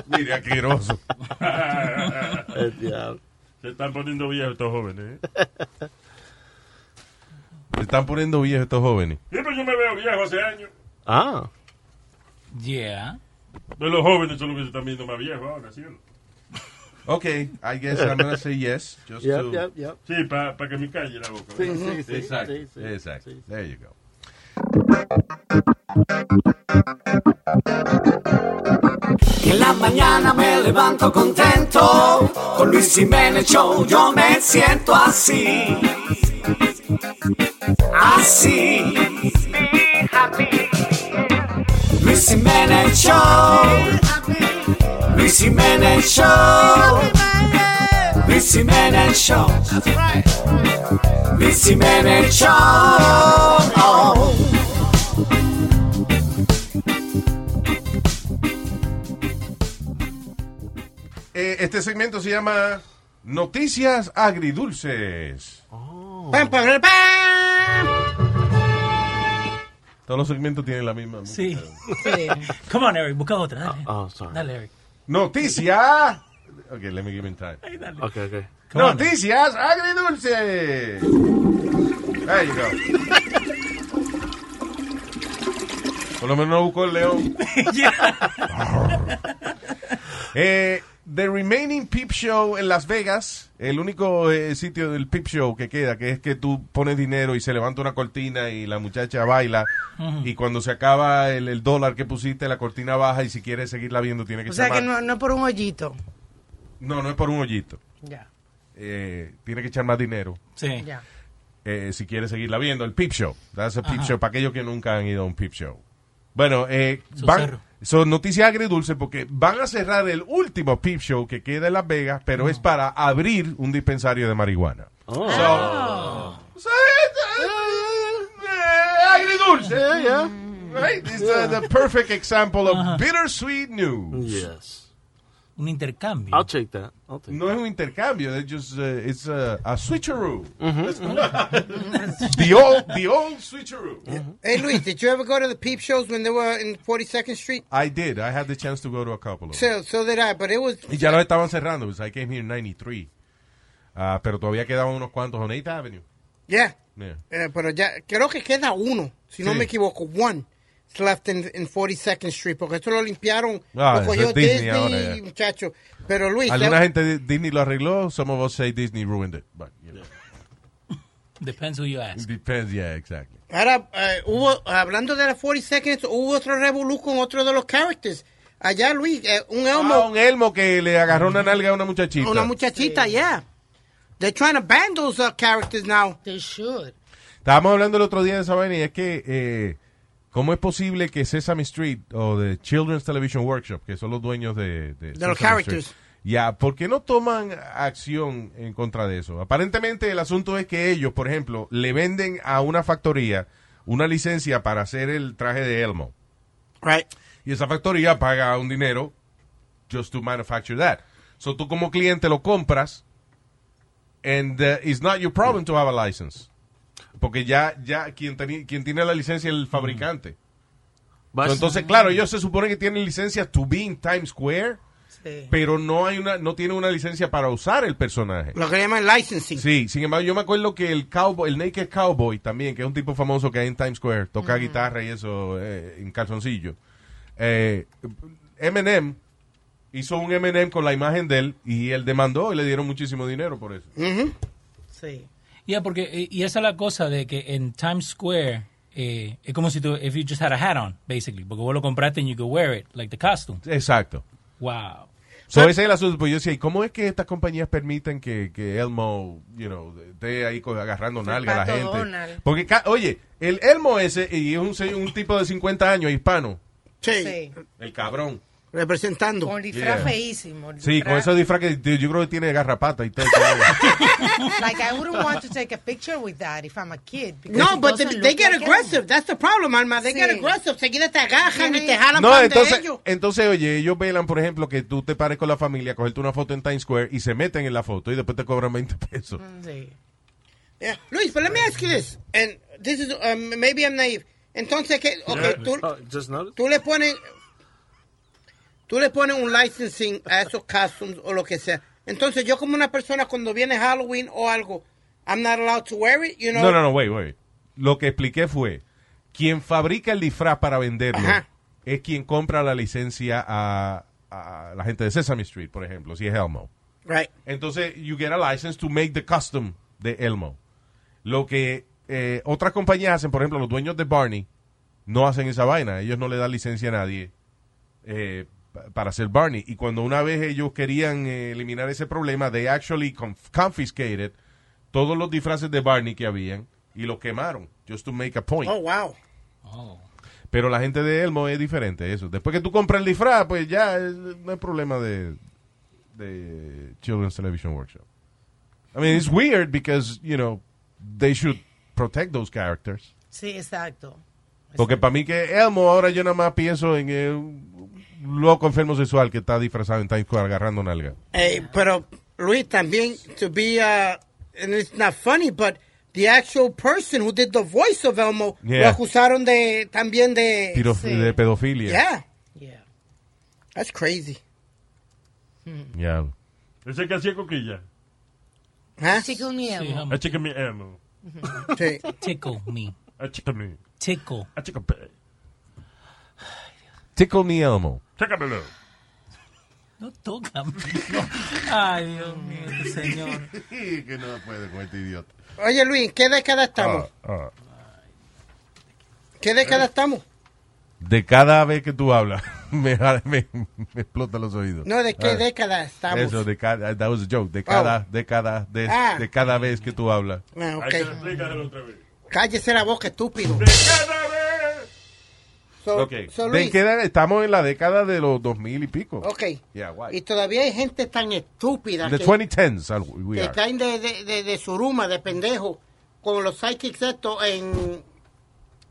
Speaker 5: Mire, asqueroso.
Speaker 11: El diablo. Se están poniendo viejos estos jóvenes. ¿eh?
Speaker 5: Se están poniendo viejos estos jóvenes.
Speaker 11: Sí, pero yo me veo viejo hace años.
Speaker 5: Ah.
Speaker 8: Yeah.
Speaker 11: Pero los jóvenes son los que se están viendo más viejos ahora, ¿sí o no?
Speaker 5: Ok, I guess I'm gonna say yes. Just
Speaker 11: Yep,
Speaker 5: to...
Speaker 11: yep, yep. Sí, para que me calle la boca.
Speaker 5: Sí,
Speaker 11: ¿verdad?
Speaker 5: sí, sí, Exacto, sí, sí, exacto. sí. There you go.
Speaker 16: Y en la mañana me levanto contento. Con Luis Jiménez Show yo me siento así. Así. Luis Jiménez Show. Luis Jiménez Show. Luis Jiménez Show. Luis Jiménez Show. Oh.
Speaker 5: Eh, este segmento se llama Noticias Agridulces.
Speaker 10: Pam, pam, pam.
Speaker 5: Todos los segmentos tienen la misma. Sí.
Speaker 8: Come on, Eric, busca otra. Dale,
Speaker 5: Oh, sorry.
Speaker 8: dale Eric.
Speaker 5: Noticia. Ok, let me give him time.
Speaker 9: Okay, okay.
Speaker 5: Noticias Agridulces. There you go. Por lo menos no buscó el león. Eh, the Remaining Peep Show en Las Vegas, el único eh, sitio del Peep Show que queda, que es que tú pones dinero y se levanta una cortina y la muchacha baila
Speaker 6: Ujú.
Speaker 5: y cuando se acaba el, el dólar que pusiste, la cortina baja y si quieres seguirla viendo tiene que
Speaker 6: O sea
Speaker 5: llamar.
Speaker 6: que no, no por un hoyito.
Speaker 5: no... no, es por un hoyito.
Speaker 6: Ya.
Speaker 5: Eh, tiene que echar más dinero
Speaker 8: Sí.
Speaker 6: Ya.
Speaker 5: eh, si quieres seguirla viendo, el Peep Show. That's a Peep
Speaker 8: Ajá.
Speaker 5: Show para aquellos que nunca han ido a un Peep Show. Bueno, eh,
Speaker 8: Su cerro.
Speaker 5: van, son noticias agridulce porque van a cerrar el último Peep Show que queda en Las Vegas, pero
Speaker 8: Mm.
Speaker 5: es para abrir un dispensario de marihuana.
Speaker 11: Oh.
Speaker 5: Oh. Agridulce, yeah. Right? It's the, the perfect example of bittersweet news.
Speaker 9: Yes.
Speaker 8: Uh-huh. Un intercambio.
Speaker 9: I'll take that. I'll take
Speaker 5: No es un intercambio, it's just uh, it's a, a switcheroo.
Speaker 9: Mm-hmm.
Speaker 8: Mm-hmm.
Speaker 5: the old the old switcheroo.
Speaker 10: Hey, Luis, did you ever go to the peep shows when they were in 42nd Street?
Speaker 5: I did. I had the chance to go to a couple of
Speaker 10: So,
Speaker 5: them.
Speaker 10: so did I, but it was.
Speaker 5: Y ya lo estaban cerrando. Pues I came here in 93. Ah, pero todavía quedaban unos cuantos on 8th Avenue.
Speaker 10: Yeah.
Speaker 5: Yeah.
Speaker 10: Eh, pero ya, creo que queda uno, si no
Speaker 5: Sí.
Speaker 10: me equivoco, one is left in, in 42nd Street, porque esto lo limpiaron,
Speaker 5: Ah,
Speaker 10: lo
Speaker 5: eso
Speaker 10: cogió
Speaker 5: es
Speaker 10: Disney,
Speaker 5: Disney ahora, ya.
Speaker 10: muchacho. Pero Luis,
Speaker 5: Alguna
Speaker 10: that-
Speaker 5: gente de Disney lo arregló. Some of us say Disney ruined it. But, you know,
Speaker 8: Depends who you ask.
Speaker 5: it depends. Yeah, exactly.
Speaker 10: ahora eh, hubo, hablando de la 42nd, hubo otro revolú con otro de los characters. Allá, Luis, eh, un Elmo,
Speaker 5: Ah, un elmo que le agarró una nalga a una muchachita.
Speaker 10: una muchachita, yeah. They're trying to ban those uh, characters now.
Speaker 6: They should.
Speaker 5: Estábamos hablando el otro día de esa vaina y es que... eh, ¿Cómo es posible que Sesame Street o The Children's Television Workshop, que son los dueños de... De,
Speaker 10: De los
Speaker 5: Sesame
Speaker 10: characters.
Speaker 5: Street, Ya, ¿por qué no toman acción en contra de eso? Aparentemente el asunto es que ellos, por ejemplo, le venden a una factoría una licencia para hacer el traje de Elmo.
Speaker 10: Right.
Speaker 5: Y esa factoría paga un dinero just to manufacture that. So tú como cliente lo compras and uh, it's not your problem to have a license. Porque ya ya quien, teni- quien tiene la licencia es el fabricante. So, entonces, claro, ellos se supone que tienen licencia to be in Times Square pero no hay una no tiene una licencia para usar el personaje.
Speaker 10: Lo que llaman licensing.
Speaker 5: Sí, sin embargo, yo me acuerdo que el cowboy, el Naked Cowboy también, que es un tipo famoso que hay en Times Square, toca guitarra y eso eh, en calzoncillo. Eh, Eminem hizo un Eminem con la imagen de él y él demandó y le dieron muchísimo dinero por eso.
Speaker 10: Mm-hmm.
Speaker 6: Sí.
Speaker 8: Yeah, porque eh, y esa es la cosa de que en Times Square eh, es como si tú if you just had a hat on basically, porque vos lo compraste and you could wear it like the costume.
Speaker 5: Exacto.
Speaker 8: Wow.
Speaker 5: So, ese es el asunto. Pues yo decía, ¿y cómo es que estas compañías permiten que, que Elmo, you know, esté ahí co- agarrando nalga a la
Speaker 17: pato
Speaker 5: gente?
Speaker 17: Donald.
Speaker 5: Porque, ca- oye, el Elmo ese, y es un, se- un tipo de 50 años, hispano.
Speaker 10: Sí.
Speaker 5: El cabrón.
Speaker 10: Representando.
Speaker 6: Con disfraz
Speaker 5: Yeah.
Speaker 6: feísimo.
Speaker 5: Sí, con
Speaker 6: disfraz-
Speaker 5: esos disfraz que t- yo creo que tiene garrapata y todo.
Speaker 6: Like, I wouldn't want to take a picture with that if I'm a kid. because
Speaker 10: No,
Speaker 6: it
Speaker 10: but they,
Speaker 6: doesn't
Speaker 10: they
Speaker 6: look
Speaker 10: get
Speaker 6: like
Speaker 10: aggressive. That's the problem, Alma. They get
Speaker 6: Sí.
Speaker 10: aggressive. Seguida te agajan y te jalan
Speaker 5: No,
Speaker 10: pan de
Speaker 5: entonces,
Speaker 10: ellos.
Speaker 5: entonces, oye, ellos velan, por ejemplo, que tú te pares con la familia, cogerte una foto en Times Square y se meten en la foto y después te cobran 20 pesos.
Speaker 10: Yeah. Luis, but let me ask you this. And this is, um, maybe I'm naive. Entonces, ¿qué? Okay, tú,
Speaker 9: Just notice.
Speaker 10: tú le pones... Tú le pones un licensing a esos costumes o lo que sea. Entonces, yo como una persona cuando viene Halloween o algo, I'm not allowed to wear it, you know?
Speaker 5: No, no, no, wait, wait. Lo que expliqué fue, quien fabrica el disfraz para venderlo es quien compra la licencia a, a la gente de Sesame Street, por ejemplo, si es Elmo.
Speaker 10: Right.
Speaker 5: Entonces, you get a license to make the custom de Elmo. Lo que eh, otras compañías hacen, por ejemplo, los dueños de Barney, no hacen esa vaina. Ellos no le dan licencia a nadie eh, pa- para hacer Barney. Y cuando una vez ellos querían eh, eliminar ese problema, they actually conf- confiscated todos los disfraces de Barney que habían y los quemaron, just to make a point.
Speaker 10: Oh, wow.
Speaker 5: Pero la gente de Elmo es diferente eso. Después que tú compras el disfraz, pues ya eh, no hay problema de, de Children's Television Workshop. I mean, it's weird because, you know, they should protect those characters.
Speaker 6: Sí, exacto.
Speaker 5: Porque para mí que Elmo, ahora yo nada más pienso en eh, un loco enfermo sexual que está disfrazado en Times Square agarrando nalga.
Speaker 10: Eh, pero Luis también to be uh, and it's not funny, but the actual person who did the voice of Elmo lo
Speaker 5: Yeah.
Speaker 10: acusaron de también de
Speaker 5: Tiro de pedofilia.
Speaker 10: Yeah. That's crazy.
Speaker 5: Ya.
Speaker 11: Ese que hacía coquilla.
Speaker 10: ¿Ah?
Speaker 6: Tickle me Elmo.
Speaker 11: A chica mi emo.
Speaker 10: Sí.
Speaker 8: Tickle me.
Speaker 11: A chica mi.
Speaker 8: Tickle.
Speaker 11: A chica pe.
Speaker 5: Tickle me Elmo.
Speaker 11: Chécamelo.
Speaker 8: No tócame. Ay, Dios mío, este señor.
Speaker 5: que no puede con este idiota.
Speaker 10: Oye Luis, ¿qué década estamos?
Speaker 5: Ah.
Speaker 10: ¿Qué
Speaker 5: Eh.
Speaker 10: década estamos?
Speaker 5: De cada vez que tú hablas, me, me, me explota los oídos.
Speaker 10: No, ¿de qué
Speaker 5: Ah.
Speaker 10: década estamos? Oh.
Speaker 5: Eso, de cada, that was a joke. De cada, de cada, de,
Speaker 10: Ah.
Speaker 5: de cada vez que tú hablas.
Speaker 10: Ah, ok.
Speaker 11: Hay que explicarlo otra vez.
Speaker 10: Cállese la boca, estúpido. So,
Speaker 5: Ok.
Speaker 10: so,
Speaker 5: ¿De
Speaker 10: Luis,
Speaker 5: qué edad? Estamos en la década de los 2000 y pico.
Speaker 10: ok.
Speaker 5: Yeah, why?
Speaker 10: Y todavía hay gente tan estúpida
Speaker 5: The
Speaker 10: que-
Speaker 5: 2010s are- we
Speaker 10: que
Speaker 5: are.
Speaker 10: caen de, de, de, de suruma, de pendejo, con los psychics estos en,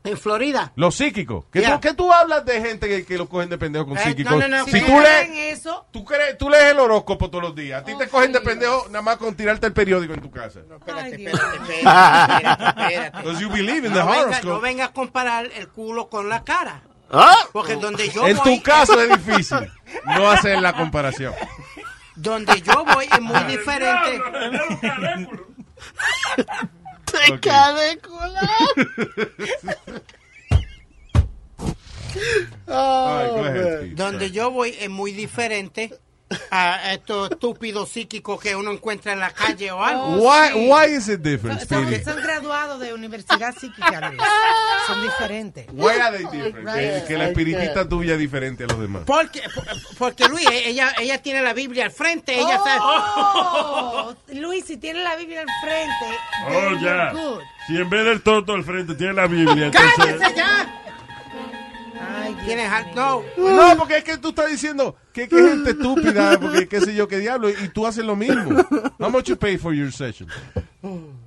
Speaker 10: en Florida.
Speaker 5: Los psíquicos. ¿Qué,
Speaker 10: Yeah.
Speaker 5: tú, qué tú hablas de gente que, que lo cogen de pendejo con
Speaker 10: Eh,
Speaker 5: psíquicos?
Speaker 10: no, no, no,
Speaker 5: si
Speaker 10: no.
Speaker 5: tú lees,
Speaker 6: eso.
Speaker 5: tú, crees- tú lees el horóscopo todos los días. A ti te cogen de pendejo nada más con tirarte el periódico en tu casa.
Speaker 10: Oh, Espérate, espérate, espérate, espérate, espérate.
Speaker 5: Because you believe in the
Speaker 10: No venga, no
Speaker 5: horoscope.
Speaker 10: venga a comparar el culo con la cara.
Speaker 5: Ah.
Speaker 10: Porque donde yo
Speaker 5: en
Speaker 10: voy...
Speaker 5: tu caso es difícil no hacer la comparación.
Speaker 10: Donde yo voy es muy diferente.
Speaker 5: Ok.
Speaker 10: Oh,
Speaker 5: go ahead,
Speaker 10: man.
Speaker 5: Steve.
Speaker 10: Donde yo voy es muy diferente a estos estúpidos psíquicos que uno encuentra en la calle o algo.
Speaker 5: why, why is it different,
Speaker 6: Son, son-
Speaker 5: Speedy?
Speaker 6: son graduados de universidad psíquica, Luis. Son diferentes.
Speaker 5: Why are they different?
Speaker 10: Right.
Speaker 5: Que, que la espiritista tuya es diferente a los demás.
Speaker 10: Porque, porque Luis, e-, ella, ella tiene la Biblia al frente, ella sabe.
Speaker 6: Oh, Luis, si tiene la Biblia al frente.
Speaker 11: Oh,
Speaker 6: then
Speaker 11: ya.
Speaker 6: you're good.
Speaker 11: Si en vez del toto al frente tiene la Biblia, entonces.
Speaker 10: ¡Cállese ya! Tienes al- no.
Speaker 5: No, porque es que tú estás diciendo que, que gente estúpida, porque qué sé yo, qué diablo, y tú haces lo mismo. How much you pay for your session?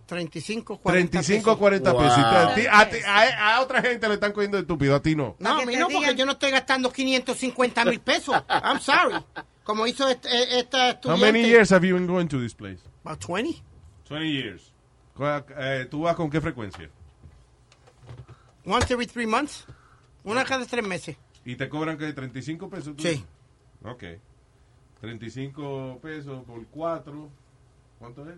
Speaker 10: 35, 40
Speaker 5: 35 a 40
Speaker 10: pesos.
Speaker 5: pesos. A, ti- a ti- a- a otra gente le están cogiendo de estúpido, a ti no.
Speaker 10: No, a mí no, porque yo no estoy gastando 550 mil pesos. I'm sorry. Como hizo este- eh, esta
Speaker 5: How
Speaker 10: estudiante.
Speaker 5: many years have you been going to this place?
Speaker 10: About 20.
Speaker 5: 20 years. eh, ¿Tú vas con qué frecuencia?
Speaker 10: Once every three months. Una cada tres meses.
Speaker 5: ¿Y te cobran que 35 pesos? tú?
Speaker 10: Sí.
Speaker 5: Ok. 35 pesos por 4. ¿Cuánto es?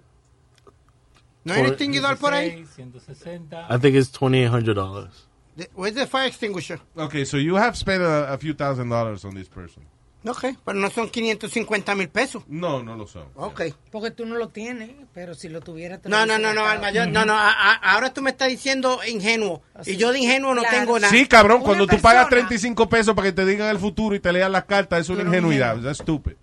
Speaker 10: ¿No hay un extinguidor por ahí?
Speaker 8: 160.
Speaker 9: I think it's $2,800.
Speaker 10: The- Where's the fire extinguisher?
Speaker 5: Ok, so you have spent a, a few thousand dollars on this person.
Speaker 10: Ok, pero no son 550 mil pesos.
Speaker 5: No, no lo son.
Speaker 10: Ok.
Speaker 6: Porque tú no lo tienes, pero si lo tuvieras. te lo
Speaker 10: No, no,
Speaker 6: hubiese
Speaker 10: no, no,
Speaker 6: regalado.
Speaker 10: Alma. yo- no, no, a- a- ahora tú me estás diciendo ingenuo. Y yo de ingenuo no tengo nada.
Speaker 5: Sí, cabrón,
Speaker 10: Una
Speaker 5: cuando tú
Speaker 10: persona-
Speaker 5: pagas 35 pesos para que te digan el futuro y te lean las cartas, es una ingenuidad. That's stupid.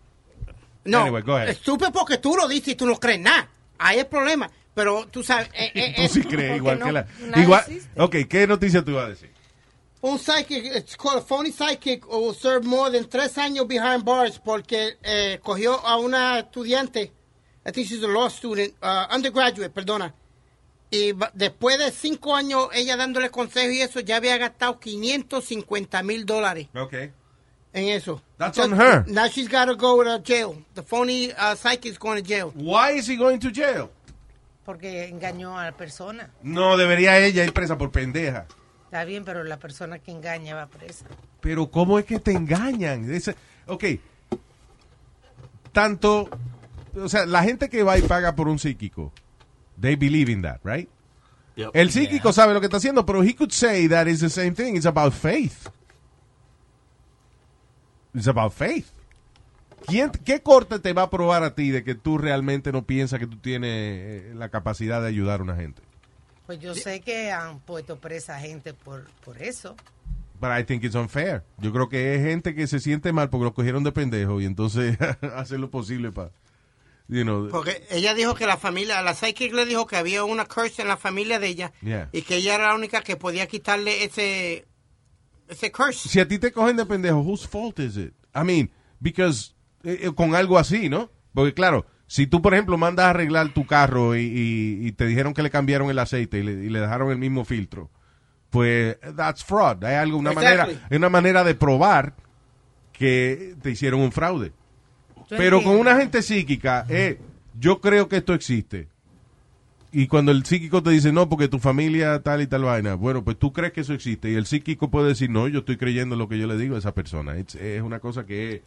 Speaker 10: No,
Speaker 5: Anyway, go ahead.
Speaker 10: estúpido porque tú lo dices y tú no crees nada. Ahí es el problema. Pero tú sabes. eh, eh,
Speaker 5: Tú
Speaker 10: eh,
Speaker 5: sí crees, igual
Speaker 10: porque
Speaker 5: que
Speaker 10: no-
Speaker 5: la.
Speaker 10: nadie
Speaker 5: Igual,
Speaker 10: existe.
Speaker 5: ok, ¿qué noticia tú ibas a decir?
Speaker 10: Un psychic, eh, it's called a phony psychic, will serve more than tres años behind bars porque eh, cogió a una estudiante, I think she's a law student, uh, undergraduate, perdona. Y ba- después de cinco años ella dándole consejos y eso, ya había gastado 550 mil dólares
Speaker 5: Ok.
Speaker 10: en eso.
Speaker 5: That's on her.
Speaker 10: Now she's got to go to jail. The phony uh, psychic's going to jail.
Speaker 5: Why is he going to jail?
Speaker 6: Porque engañó a la persona.
Speaker 5: No, debería ella ir presa por pendeja.
Speaker 6: Está bien, pero la persona que engaña va presa.
Speaker 5: Pero ¿cómo es que te engañan? Ese- ok. Tanto, o sea, la gente que va y paga por un psíquico, they believe in that, right? El psíquico sabe lo que está haciendo, pero he could say that is the same thing. It's about faith. It's about faith. ¿Quién, ¿Qué corte te va a probar a ti de que tú realmente no piensas que tú tienes eh, la capacidad de ayudar a una gente?
Speaker 6: Pues yo sé que han puesto presa gente por, por eso.
Speaker 5: But I think it's unfair. Yo creo que es gente que se siente mal porque lo cogieron de pendejo y entonces hacen lo posible para, you know.
Speaker 10: Porque ella dijo que la familia, la psychic le dijo que había una curse en la familia de ella
Speaker 5: Yeah.
Speaker 10: y que ella era la única que podía quitarle ese ese curse.
Speaker 5: Si a ti te cogen de pendejo, whose fault is it? I mean, because eh, eh, con algo así, ¿no? Porque claro, si tú por ejemplo mandas a arreglar tu carro y, y- y te dijeron que le cambiaron el aceite y le, y le dejaron el mismo filtro, pues that's fraud. Hay algo, una
Speaker 15: Exactly.
Speaker 5: manera, hay una manera de probar que te hicieron un fraude.
Speaker 15: Yo
Speaker 5: Pero con
Speaker 15: entiendo.
Speaker 5: una gente psíquica, eh, yo creo que esto existe. Y cuando el psíquico te dice, no, porque tu familia tal y tal vaina, bueno, pues tú crees que eso existe. Y el psíquico puede decir, no, yo estoy creyendo lo que yo le digo a esa persona. It's- es una cosa que es...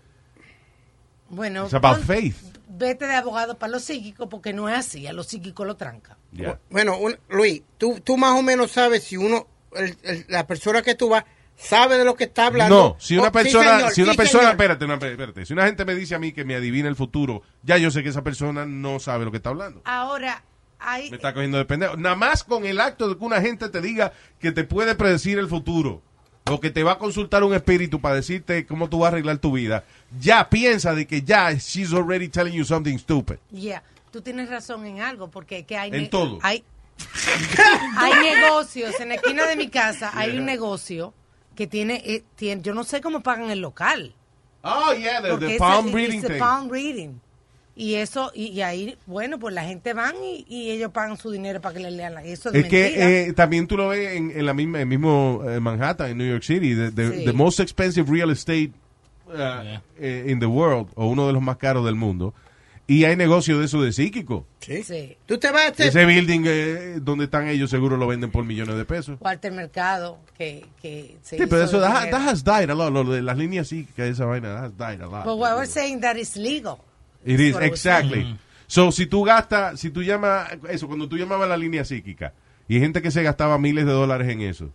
Speaker 6: Bueno,
Speaker 5: It's about
Speaker 6: pon-
Speaker 5: faith.
Speaker 6: vete de abogado para los psíquicos porque no es así. A los psíquicos lo tranca.
Speaker 10: Bueno, un- Luis, tú, tú más o menos sabes si uno, el- el- la persona que tú vas, sabe de lo que está hablando.
Speaker 5: No, si una
Speaker 10: Oh, sí,
Speaker 5: persona,
Speaker 10: señor,
Speaker 5: si una
Speaker 10: sí,
Speaker 5: persona,
Speaker 10: señor.
Speaker 5: espérate, no, espérate, si una gente me dice a mí que me adivina el futuro, ya yo sé que esa persona no sabe lo que está hablando.
Speaker 6: Ahora, hay,
Speaker 5: Me está cogiendo de pendejo. Nada más con el acto de que una gente te diga que te puede predecir el futuro o que te va a consultar un espíritu para decirte cómo tú vas a arreglar tu vida, ya piensa de que ya she's already telling you something stupid.
Speaker 6: yeah, tú tienes razón en algo porque que hay...
Speaker 5: En
Speaker 6: ne-
Speaker 5: todo.
Speaker 6: Hay, hay negocios. En la esquina de mi casa hay
Speaker 5: Yeah.
Speaker 6: un negocio que tiene, eh, tiene- yo no sé cómo pagan el local.
Speaker 5: Oh, yeah, the-
Speaker 6: Porque
Speaker 5: the
Speaker 6: ese-
Speaker 5: palm
Speaker 6: it's
Speaker 5: reading
Speaker 6: the
Speaker 5: thing.
Speaker 6: palm reading. Y eso, y, y ahí, bueno, pues la gente van y, y ellos pagan su dinero para que le lean. la- Eso es,
Speaker 5: Es
Speaker 6: mentira.
Speaker 5: que eh, también tú lo ves en, en la misma, en mismo eh, Manhattan, en New York City, the, the-
Speaker 6: Sí.
Speaker 5: the most expensive real estate uh, eh, in the world, o uno de los más caros del mundo. Y hay negocio de eso de psíquico.
Speaker 6: Sí.
Speaker 10: Tú te vas a hacer-
Speaker 5: Ese building eh, donde están ellos seguro lo venden por millones de pesos.
Speaker 6: Walter Mercado, que, que se
Speaker 5: Sí, pero
Speaker 6: hizo
Speaker 5: eso,
Speaker 6: de
Speaker 5: that,
Speaker 6: dinero.
Speaker 5: that has died a lot. Lo de las líneas psíquicas, esa vaina, that has died a lot.
Speaker 6: But what we're saying that is legal.
Speaker 5: It
Speaker 6: That's
Speaker 5: is,
Speaker 6: what we're
Speaker 5: exactly.
Speaker 6: saying.
Speaker 5: So, si tú gastas, si tú llamas, eso, cuando tú llamabas a la línea psíquica, y hay gente que se gastaba miles de dólares en eso,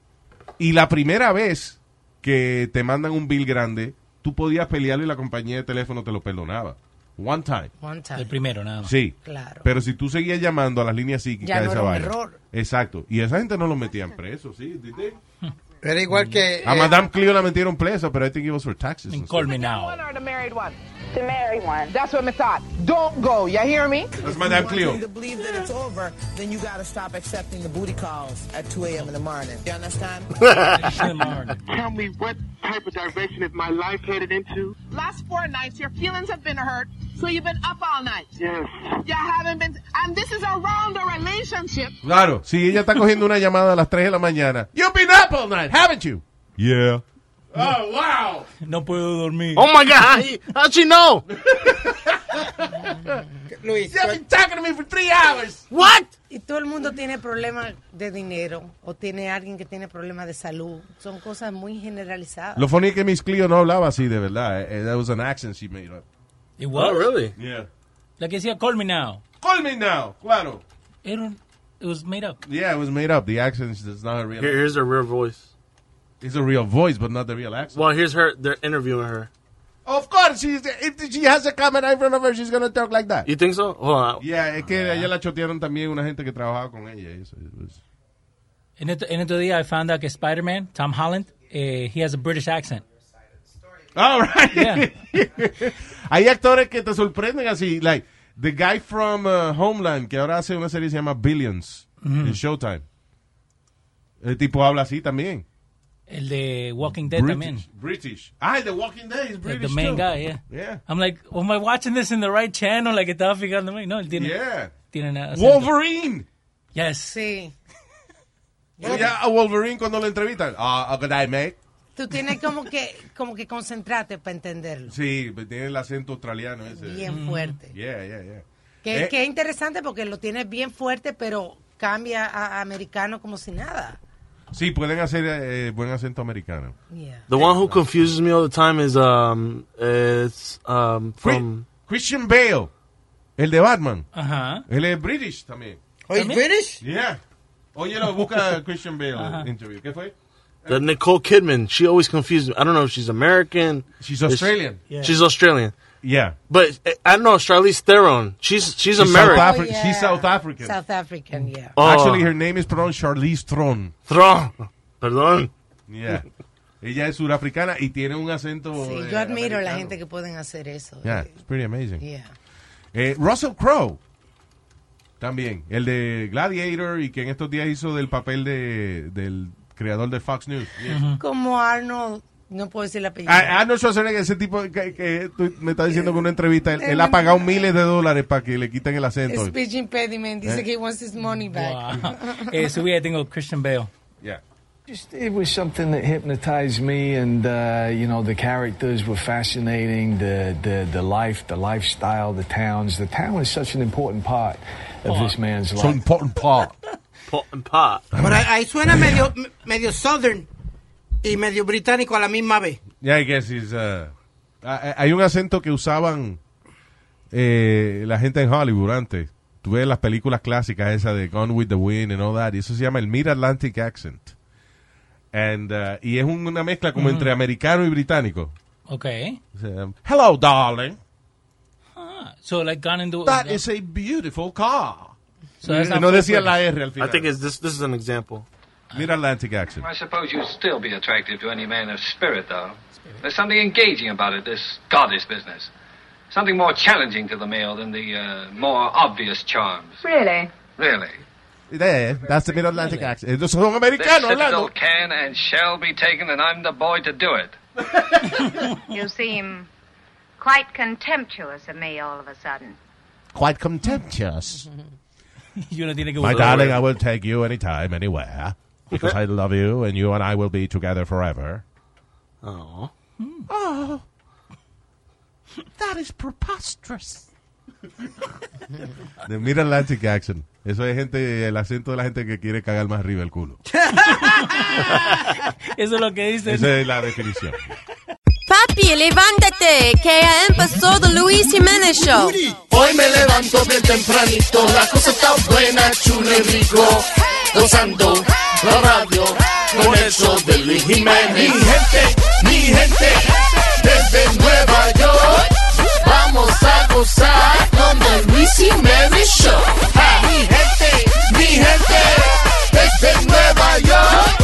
Speaker 5: y la primera vez que te mandan un bill grande, tú podías pelearlo y la compañía de teléfono te lo perdonaba. One time.
Speaker 6: One time.
Speaker 8: El primero, nada más.
Speaker 5: Sí.
Speaker 8: Claro.
Speaker 5: Pero si tú seguías llamando a las líneas psíquicas,
Speaker 8: Ya no
Speaker 5: esa
Speaker 8: era un
Speaker 5: vaina.
Speaker 8: error.
Speaker 5: Exacto. Y esa gente no lo metían preso, sí. did they?
Speaker 10: Era igual que.
Speaker 5: Mm. A
Speaker 10: eh,
Speaker 5: Madame Clio la metieron presa, pero I think it was for taxes. and stuff.
Speaker 17: One or the married one? The married one. That's what Matthias. Don't go. You hear me?
Speaker 5: That's Madame Cleo.
Speaker 18: to believe that it's over, then you got to stop accepting the booty calls at 2 a.m. in the morning. You understand?
Speaker 19: Tell me what type of direction is my life headed into?
Speaker 17: Last four nights, your feelings have been hurt, so you've been up all night.
Speaker 19: Yes.
Speaker 17: You haven't been, and this is around a relationship.
Speaker 5: Claro, si ella está cogiendo una llamada a las 3 de la mañana. You've been up all night, haven't you? Yeah.
Speaker 9: Oh, wow.
Speaker 8: No puedo dormir.
Speaker 9: Oh, my God. How'd she know?
Speaker 10: Luis.
Speaker 9: You've been talking to me for three hours.
Speaker 6: Y todo el mundo tiene problemas de dinero o tiene alguien que tiene problemas de salud. Son cosas muy generalizadas.
Speaker 5: Lo funny es que Miss Clio no hablaba así de verdad. Eh, eh, That was an accent she made up.
Speaker 8: It was? Oh, really?
Speaker 5: Yeah.
Speaker 8: La que decía Call Me Now.
Speaker 5: Call Me Now, claro.
Speaker 8: Era un- it was made up.
Speaker 5: Yeah, it was made up. The accent is not a real.
Speaker 9: Here- here's her real voice.
Speaker 5: It's a real voice, but not the real accent.
Speaker 9: Well, here's her. They're interviewing her.
Speaker 5: Of course, she's, if she has a camera in front of her, she's gonna talk like that.
Speaker 9: You think so? Hold on.
Speaker 5: Yeah, es que ella la chotearon también una gente que trabajaba con ella. Eso, it was-
Speaker 8: En otro, en otro día, I found out que Spider-Man, Tom Holland, eh, he has a British accent.
Speaker 5: All right. Hay actores que te sorprenden así, like the guy from uh, Homeland que ahora hace una serie que se llama Billions
Speaker 8: Mm.
Speaker 5: en Showtime. El tipo habla así también.
Speaker 8: El de Walking Dead
Speaker 5: British-
Speaker 8: también.
Speaker 5: British. Ah, The Walking Dead is
Speaker 8: Like the
Speaker 5: British
Speaker 8: main
Speaker 5: too.
Speaker 8: guy, yeah.
Speaker 5: Yeah.
Speaker 8: I'm like, oh, am I watching this in the right channel? Like, estaba fijándome. No, él tiene.
Speaker 5: Yeah.
Speaker 8: Tiene una-
Speaker 5: Wolverine.
Speaker 8: Yes.
Speaker 6: Sí.
Speaker 5: Ya a Wolverine cuando lo entrevistan. Ah, good day, mate.
Speaker 6: Tú tienes como que, como que concentrarte para entenderlo.
Speaker 5: Sí, pero tiene el acento australiano ese.
Speaker 6: Bien fuerte.
Speaker 5: Yeah, yeah, yeah.
Speaker 6: Que,
Speaker 5: Eh,
Speaker 6: que es interesante porque lo tienes bien fuerte, pero cambia a, a americano como si nada.
Speaker 5: Sí, pueden hacer eh, buen acento americano.
Speaker 9: The one who confuses me all the time is um it's um from
Speaker 5: Christian Bale, el de Batman.
Speaker 8: Ajá.
Speaker 5: Él es British también.
Speaker 9: Oh, he's ¿También? British?
Speaker 5: Yeah. Oye, lo busca Christian Bale interview. ¿Qué fue?
Speaker 9: the Nicole Kidman. She always confuses me. I don't know if she's American.
Speaker 5: She's Australian.
Speaker 9: Is- She's Australian.
Speaker 5: Yeah.
Speaker 9: But eh, I don't know Charlize Theron. She's she's,
Speaker 5: She's
Speaker 9: American.
Speaker 5: South Afri-
Speaker 8: Oh,
Speaker 5: She's South African.
Speaker 6: Oh, South African, yeah.
Speaker 9: Oh.
Speaker 5: Actually, her name is pronounced Charlize Tron.
Speaker 9: Tron. Perdón.
Speaker 5: Yeah. Ella es surafricana y tiene un acento.
Speaker 6: Sí,
Speaker 5: eh,
Speaker 6: yo admiro a la
Speaker 5: americano.
Speaker 6: gente que pueden hacer eso.
Speaker 5: Yeah, it's pretty amazing.
Speaker 6: Yeah.
Speaker 5: Eh, Russell Crowe. También. El de Gladiator y que en estos días hizo del papel de, del creador de Fox News. Yeah.
Speaker 6: Como Arnold, no puedo decir la apellido.
Speaker 5: A- Arnold Schwarzenegger, ese tipo que, que tú me está
Speaker 6: Eh,
Speaker 5: diciendo que una entrevista, él, él ha pagado miles de dólares para que le quiten el acento.
Speaker 6: Speech impediment, dice
Speaker 5: Eh.
Speaker 6: que he wants his money back.
Speaker 8: Eh, subí, ahí tengo Christian Bale.
Speaker 20: Just it was something that hypnotized me, and uh, you know the characters were fascinating. The, the the life, the lifestyle, the towns. The town is such an important part of this man's life.
Speaker 5: It's an important part.
Speaker 9: Important part.
Speaker 10: Pero ahí- ahí suena medio, medio southern y medio británico a la misma vez.
Speaker 5: Yeah, I guess it's, uh, a- a- hay un acento que usaban eh, la gente en Hollywood antes. Tú ves las películas clásicas esas de Gone with the Wind and all that. Y eso se llama el Mid-Atlantic Accent. And, uh, y es un- una mezcla como
Speaker 8: Ujú.
Speaker 5: entre americano y británico.
Speaker 8: Ok.
Speaker 5: O sea, Hello, darling.
Speaker 8: Ah, so, like, Gone in the
Speaker 5: That is a beautiful car.
Speaker 8: So that's not
Speaker 5: no decía
Speaker 8: Ford.
Speaker 5: la R al final.
Speaker 9: I think it's this this is an example.
Speaker 5: Mid-Atlantic Accent.
Speaker 21: I suppose you'd still be attractive to any man of spirit, though. There's something engaging about it, this goddess business. Something more challenging to the male than the uh, more obvious charms,
Speaker 22: Really?
Speaker 21: really.
Speaker 5: Yeah, that's the Mid-Atlantic accent. Ellos son americanos
Speaker 21: this citadel
Speaker 5: hablando.
Speaker 21: can and shall be taken, and I'm the boy to do it.
Speaker 22: You seem quite contemptuous of me all of a sudden.
Speaker 5: Quite contemptuous.
Speaker 8: Yo no tiene que
Speaker 5: My
Speaker 8: buscar.
Speaker 5: darling, I will take you anytime, anywhere. Because I love you and you and I will be together forever.
Speaker 9: Oh.
Speaker 7: Oh, that is preposterous.
Speaker 5: The Mid-Atlantic accent. Eso es gente, el acento de la gente que quiere cagar más arriba el culo.
Speaker 8: Eso es lo que dice.
Speaker 5: Esa es la definición.
Speaker 14: Papi, levántate, que ha empezado Luis Jiménez Show.
Speaker 7: Hoy me levanto bien tempranito, la cosa está buena, chulo y rico. Gozando la radio con el show de Luis Jiménez. Mi gente, mi gente, desde Nueva York, vamos a gozar con el Luis Jiménez Show. Ja. Mi gente, mi gente, desde Nueva York,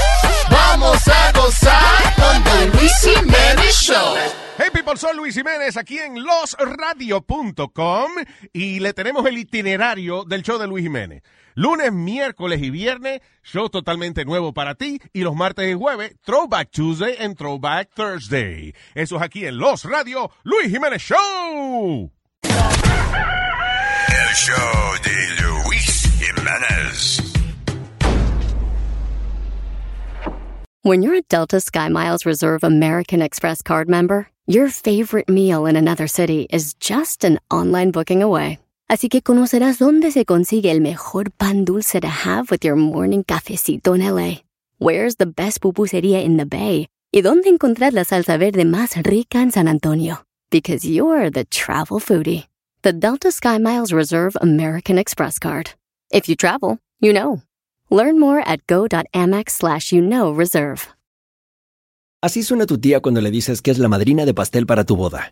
Speaker 7: vamos a gozar con el Luis Jiménez Show.
Speaker 5: Hey people, soy Luis Jiménez aquí en losradio.com y le tenemos el itinerario del show de Luis Jiménez. Lunes, miércoles y viernes, show totalmente nuevo para ti y los martes y jueves, Throwback Tuesday and Throwback Thursday. Eso es aquí en Los Radio Luis Jiménez Show.
Speaker 4: El show de Luis Jiménez.
Speaker 23: When you're a Delta SkyMiles Reserve American Express card member, your favorite meal in another city is just an online booking away. Así que conocerás dónde se consigue el mejor pan dulce to have with your morning cafecito en LA. Where's the best pupusería in the Bay? Y dónde encontrar la salsa verde más rica en San Antonio? Because you're the travel foodie. The Delta SkyMiles Reserve American Express card. If you travel, you know. Learn more at go.amex slash you know reserve.
Speaker 24: Así suena tu tía cuando le dices que es la madrina de pastel para tu boda.